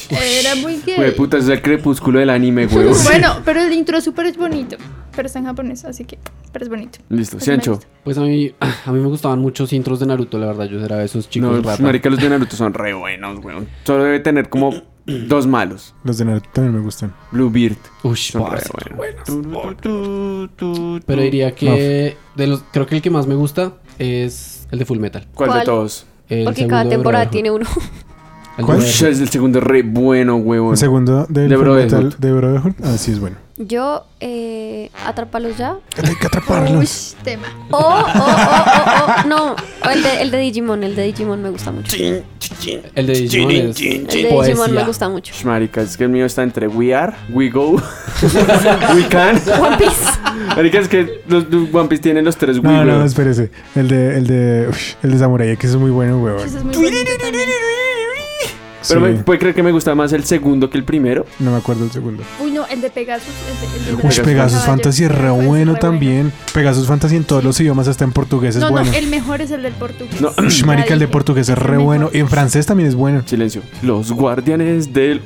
S6: Era muy
S4: Güey,
S6: gay.
S4: puta, ese es el crepúsculo del anime, güey.
S6: [LAUGHS] Bueno, pero el intro es súper bonito, pero está en japonés, así que, pero es bonito.
S4: Listo,
S6: Eso me
S4: Sancho.
S6: gusta.
S1: Pues a mí, a mí me gustaban muchos intros de Naruto, la verdad. Yo era de esos chicos
S4: No,
S1: rata.
S4: pues, marica, los de Naruto son re buenos, güey. Solo debe tener como [CLEARS THROAT] dos malos.
S5: Los de Naruto también me gustan.
S4: Bluebeard.
S1: Ush,
S4: Son re
S1: parce.
S4: buenos. Tu, tu, tu, tu, tu.
S1: Pero diría que de los, creo que el que más me gusta es el de Full Metal.
S4: ¿Cuál, de
S2: ¿Cuál?
S4: todos?
S1: El
S2: Porque
S1: segundo
S2: cada
S1: de
S2: temporada
S1: Brotherhood.
S2: tiene uno. [LAUGHS]
S1: El
S5: ¿Cuál?
S1: de
S4: Ush, es el segundo re bueno,
S5: El
S4: huevón.
S5: segundo del
S4: De
S5: full
S4: Brotherhood.
S5: metal de Brotherhood. Ah, sí, es bueno.
S2: Yo, eh, atrápalos ya.
S5: Hay que
S6: Uy,
S5: atraparlos.
S6: tema.
S2: O, o, o, o, o, no. o el, de, el de Digimon, el de Digimon me gusta mucho. El
S1: Brotherhood. El de Digimon es
S2: de
S5: Pues
S2: Digimon me
S1: poesía.
S2: gusta mucho.
S4: Ush, Marica, es que el mío está entre We Are, We Go, [LAUGHS] We Can.
S2: One Piece.
S4: Marica, es que los los One Piece tienen los tres We,
S5: No, no,
S4: weón.
S5: espérese. El de, el de, ush, el de Samurai X es muy bueno, huevón.
S6: Eso es muy bonito también.
S5: Sí,
S4: Pero me puede creer que me gusta más el segundo que el primero.
S5: no me acuerdo el segundo.
S6: Uy, no, el de Pegasus. El de, el de
S5: Ush,
S4: Pegasus
S5: Pegasus Fantasy es re
S6: Pegasus
S5: bueno también. Pegasus Fantasy en todos los idiomas, hasta en portugués es
S6: No,
S5: bueno.
S6: no, el mejor es el del portugués.
S4: No.
S5: Ush,
S6: Ya
S5: marica, el de
S6: dije,
S5: portugués es
S6: el
S5: re
S6: mejor.
S5: bueno. Y en francés también es bueno.
S4: Silencio. Los guardianes del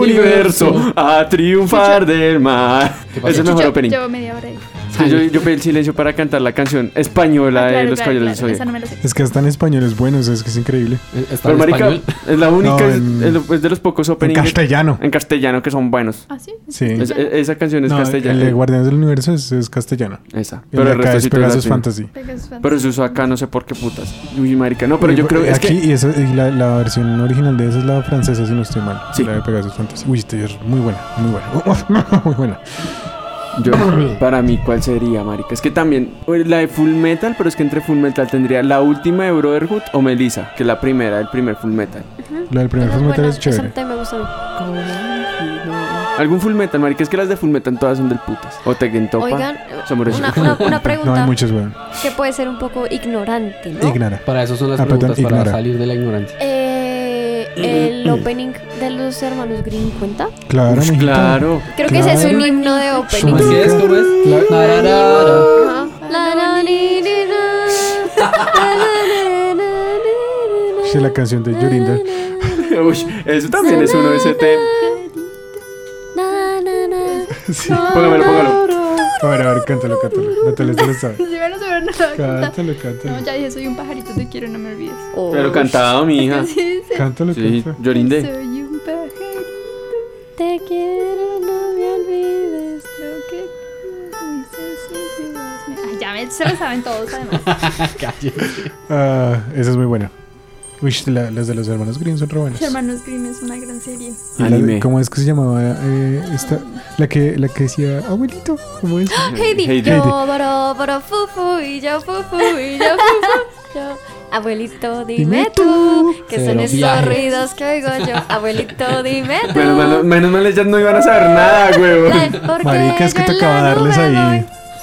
S4: universo a triunfar del mar.
S1: ¿Qué pasó?
S4: Es el
S6: Yo-
S4: mejor opening.
S6: Llevo media hora ahí.
S4: Es que yo, yo pedí el silencio para cantar la canción española
S6: Ah,
S4: de
S6: claro,
S4: Los
S6: claro,
S4: Caballeros
S6: claro,
S4: del
S6: esa no
S4: Zodiaco.
S6: me la sé.
S5: Es que hasta en español es bueno, o sea, es que es increíble.
S1: Eh, Está
S4: Pero
S1: en
S4: marica,
S1: español.
S4: es la única
S5: No,
S4: es
S5: en-
S4: es, es de los pocos
S5: En
S4: openings
S5: castellano.
S4: en castellano que son buenos.
S6: ¿Ah, sí?
S5: Sí. eh,
S4: Es- e- esa canción es
S5: No, el
S4: castellana.
S5: de Guardianes del Universo es, es castellano.
S4: Esa.
S5: Pero
S4: Pero el
S5: acá
S4: resto
S5: es
S4: sí todo es
S5: Pegasus
S4: latino.
S5: Fantasy.
S6: Pegasus Fantasy.
S4: Pero se usó acá, no sé por qué putas. Uy, marica, no, pero yo
S5: Y-
S4: creo es
S5: aquí,
S4: que
S5: y, esa- y la, la versión original de esa es la francesa, si no estoy mal.
S4: Sí.
S5: La de Pegasus Fantasy. Uy, esta es muy buena, muy buena. muy buena.
S4: yo, para mí, ¿cuál sería, marica? Es que también o la de Full Metal, pero es que entre Full Metal tendría la última de Brotherhood o Melissa, que es la primera, el primer Full Metal.
S5: La del primer
S2: Esa es
S5: Fullmetal
S2: buena,
S5: es chévere.
S2: esa también me gusta.
S4: Algún Full Metal, marica, es que las de Full Metal todas son del putas. O Tekken Topa.
S2: Oigan,
S4: Samurai
S2: una,
S4: Shodown.
S2: una, una
S5: No
S2: pregunta
S5: hay muchos, weón.
S2: que puede ser un poco ignorante, ¿no?
S5: Ignara.
S1: Para eso son las
S5: Ah, perdón,
S1: preguntas, para
S5: ignora.
S1: salir de la ignorancia.
S2: Eh, el opening de los hermanos Green cuenta.
S5: Claro,
S4: Ush,
S5: mijita.
S4: claro.
S2: Creo que ese es
S5: Claro.
S2: un himno de opening.
S5: Súper.
S1: ¿Cómo es? ¿Cómo es?
S5: [LAUGHS]
S1: Tararara.
S2: Ajá. La, la, ni, ni, na. La, la, na, na, ni, ni, na.
S5: Sí, la canción de Yorinda.
S4: Uy, eso también es uno de ST.
S2: Na, na, na.
S5: Sí.
S4: Póngamelo, póngalo.
S5: A ver, a ver, cántalo, cántalo. Natalia se lo sabe.
S6: Sí, van a saber nada. Canta.
S5: Cántalo,
S6: No,
S5: cántalo.
S6: ya dije, soy un pajarito, te quiero, no me olvides.
S2: Oh,
S4: Pero cantado, mi hija.
S6: Sí, sí.
S5: Cántalo,
S4: Sí,
S5: cántalo.
S4: llorinde.
S6: Soy un pajarito,
S2: Te quiero, no me olvides.
S6: lo que dices siempre vas me- Ay, ya me, se lo saben todos, además.
S5: Ah, esa es muy buena. Uy, la- las de los hermanos Green son re buenas.
S6: Los hermanos Grimm es una gran serie.
S5: Y la de-
S4: Anime.
S5: ¿Cómo es que se llamaba eh, esta? La que, la que decía, abuelito, ¿cómo es?
S2: Heidi,
S4: Heidi.
S2: yo, bro, bro, fufu, y yo, fufu, y yo, fufu, yo. Abuelito, dime
S5: Dime
S2: tú, que
S1: Cero
S2: son esos
S1: viajes.
S2: ruidos que oigo yo. Abuelito,
S4: [LAUGHS]
S2: dime tú.
S4: Menos mal, menos mal ellas no iban a saber nada, huevo.
S2: la- porque
S5: Marica, es que
S2: yo
S5: te
S2: en la
S5: acabo de darles
S2: nube
S5: ahí.
S2: voy.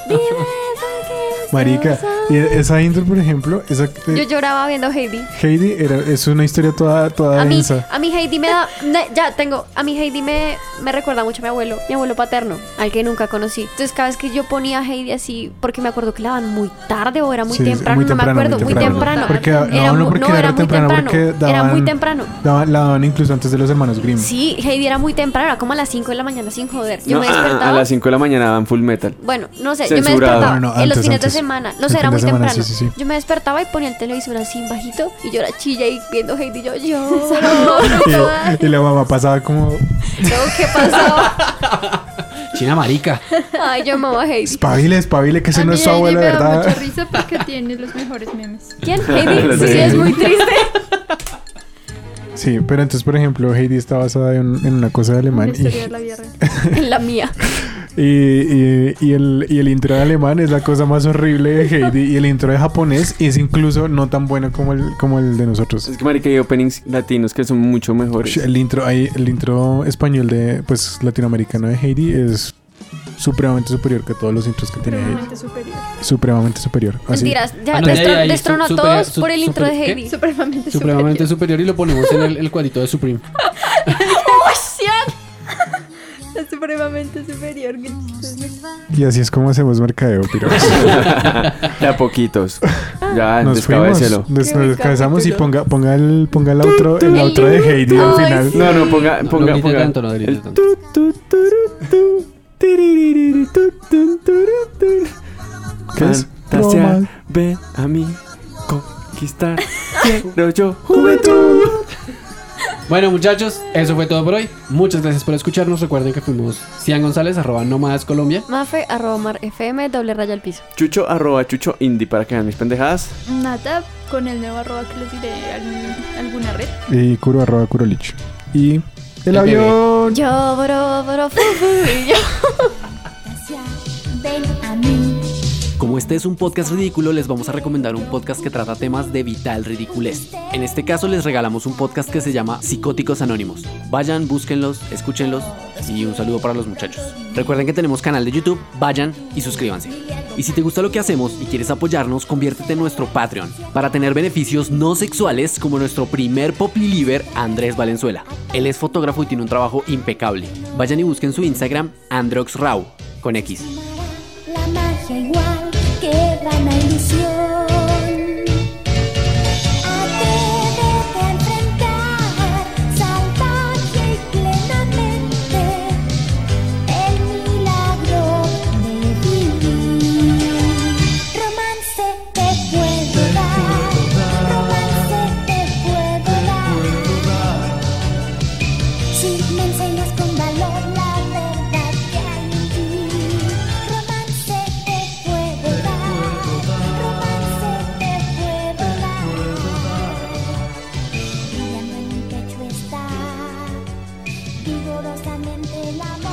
S2: Dime por qué es
S5: Marica,
S2: cosa.
S5: y esa intro, por ejemplo, esa
S2: Yo
S5: eh,
S2: lloraba viendo Heidi.
S5: Heidi era, es una historia toda, toda
S2: A mí,
S5: densa.
S2: a mí Heidi me da. ne- ya tengo. A mí Heidi me, me recuerda mucho a mi abuelo, mi abuelo paterno, al que nunca conocí. Entonces, cada vez que yo ponía a Heidi así, porque me acuerdo que la daban muy tarde o era muy
S5: Sí, sí,
S2: temprano,
S5: muy
S2: no me
S5: temprano, muy
S2: acuerdo, muy temprano.
S5: temprano. Porque, no, no,
S2: mu-
S5: porque era temprano, porque
S2: Era muy
S5: daban- Mm.
S2: temprano.
S5: Daba- la daban incluso antes de los hermanos Grimm.
S2: Sí, Heidi era muy temprano, era como a las 5 de la mañana, sin joder. Yo
S4: No, ah,
S2: me
S4: a-
S2: despertaba.
S4: a, las 5 de la mañana dan Full Metal.
S2: Bueno, no sé, yo me
S4: Censurado.
S2: despertaba
S5: No, no, no,
S2: en los
S5: antes,
S2: fines
S5: antes.
S2: de semana.
S5: El
S2: No sé,
S5: fin
S2: era
S5: de
S2: muy
S5: semana,
S2: temprano.
S5: sí, sí, sí.
S2: Yo me despertaba y ponía el televisor así bajito y yo era chilla y viendo Heidi
S5: [LAUGHS]
S2: yo lloro.
S5: Y, y la mamá pasaba como
S2: Luego, ¿Qué pasó?
S1: China
S5: [LAUGHS]
S1: marica.
S2: Ay, yo amaba a Heidi.
S5: Espabile, espabile, que ese no es su abuelo,
S6: me da mucha
S5: ¿verdad?
S6: risa porque tiene los mejores memes.
S2: ¿Quién? Heidi.
S4: Sí.
S2: Sí, es muy triste. [LAUGHS]
S5: Sí, pero entonces, por ejemplo, Heidi está basada en, en una cosa de
S6: La
S5: alemán y,
S6: historia de la guerra.
S2: En la mía.
S5: y- y- y el, y el intro de alemán es la cosa más horrible de Heidi y el intro de japonés es incluso no tan bueno como el, como el de nosotros.
S4: Es que, marica, hay openings latinos que son mucho mejores.
S5: Ush, El intro, ahí, el intro español de, pues, latinoamericano de Heidi es supremamente superior que todos los intros que tenía Heidi.
S6: Supremamente superior.
S5: Supremamente superior. Así.
S2: Mentiras. Ya,
S1: Ah, no, ya,
S2: destro-
S1: ya, ya,
S2: destronó a
S1: su-
S2: todos
S1: super-
S2: por el
S1: su-
S2: intro de
S1: super-
S2: Heidi.
S6: Supremamente,
S1: Supremamente
S6: superior.
S1: superior y lo ponemos en el, el cuadrito de Supreme.
S2: [LAUGHS]
S6: Es Supremamente superior. que ustedes me-
S5: Y así es como hacemos mercadeo, piros.
S4: De a poquitos.
S2: Ah.
S4: Ya,
S5: Nos fuimos,
S4: descabécelo.
S5: nos, nos descansamos y ponga, ponga el, ponga el outro, el outro de Heidi al
S2: Ay,
S5: final.
S4: No, no, ponga,
S1: No,
S4: [LAUGHS] ponga,
S1: no grite
S4: ponga.
S1: tanto, no grite
S4: El
S1: tanto.
S4: tu, tu, turu, tu, tiririri, tu, tu, turu, tu.
S5: ¿Qué es?
S4: Fantasear,
S5: Broma.
S4: ven a mí conquistar. Quiero yo juventud.
S1: Bueno, muchachos, eso fue todo por hoy. Muchas gracias por escucharnos. Recuerden que fuimos Cian González, arroba Nómadas Colombia.
S2: Mafe, arroba mar, fm, doble raya al piso.
S4: Chucho arroba chucho indie para que vean mis pendejadas.
S6: Nata con el nuevo arroba que les diré algún- alguna red.
S5: Y curo arroba curolich. Y el
S1: bebé.
S5: avión.
S2: Yo, bro, bro, fu, fu, y yo.
S9: Ven a mí.
S7: Como este es un podcast ridículo, les vamos a recomendar un podcast que trata temas de vital ridiculez. En este caso les regalamos un podcast que se llama Psicóticos Anónimos. Vayan, búsquenlos, escúchenlos y un saludo para los muchachos. Recuerden que tenemos canal de YouTube, vayan y suscríbanse. Y si te gusta lo que hacemos y quieres apoyarnos, conviértete en nuestro Patreon para tener beneficios no sexuales como nuestro primer pop liber Andrés Valenzuela. Él es fotógrafo y tiene un trabajo impecable. Vayan y busquen su Instagram AndroxRau con X.
S9: La magia igual que la ilusión. Atrévete a enfrentar salvaje y plenamente el milagro de vivir. Romance te puedo dar, romance te puedo dar. del amor.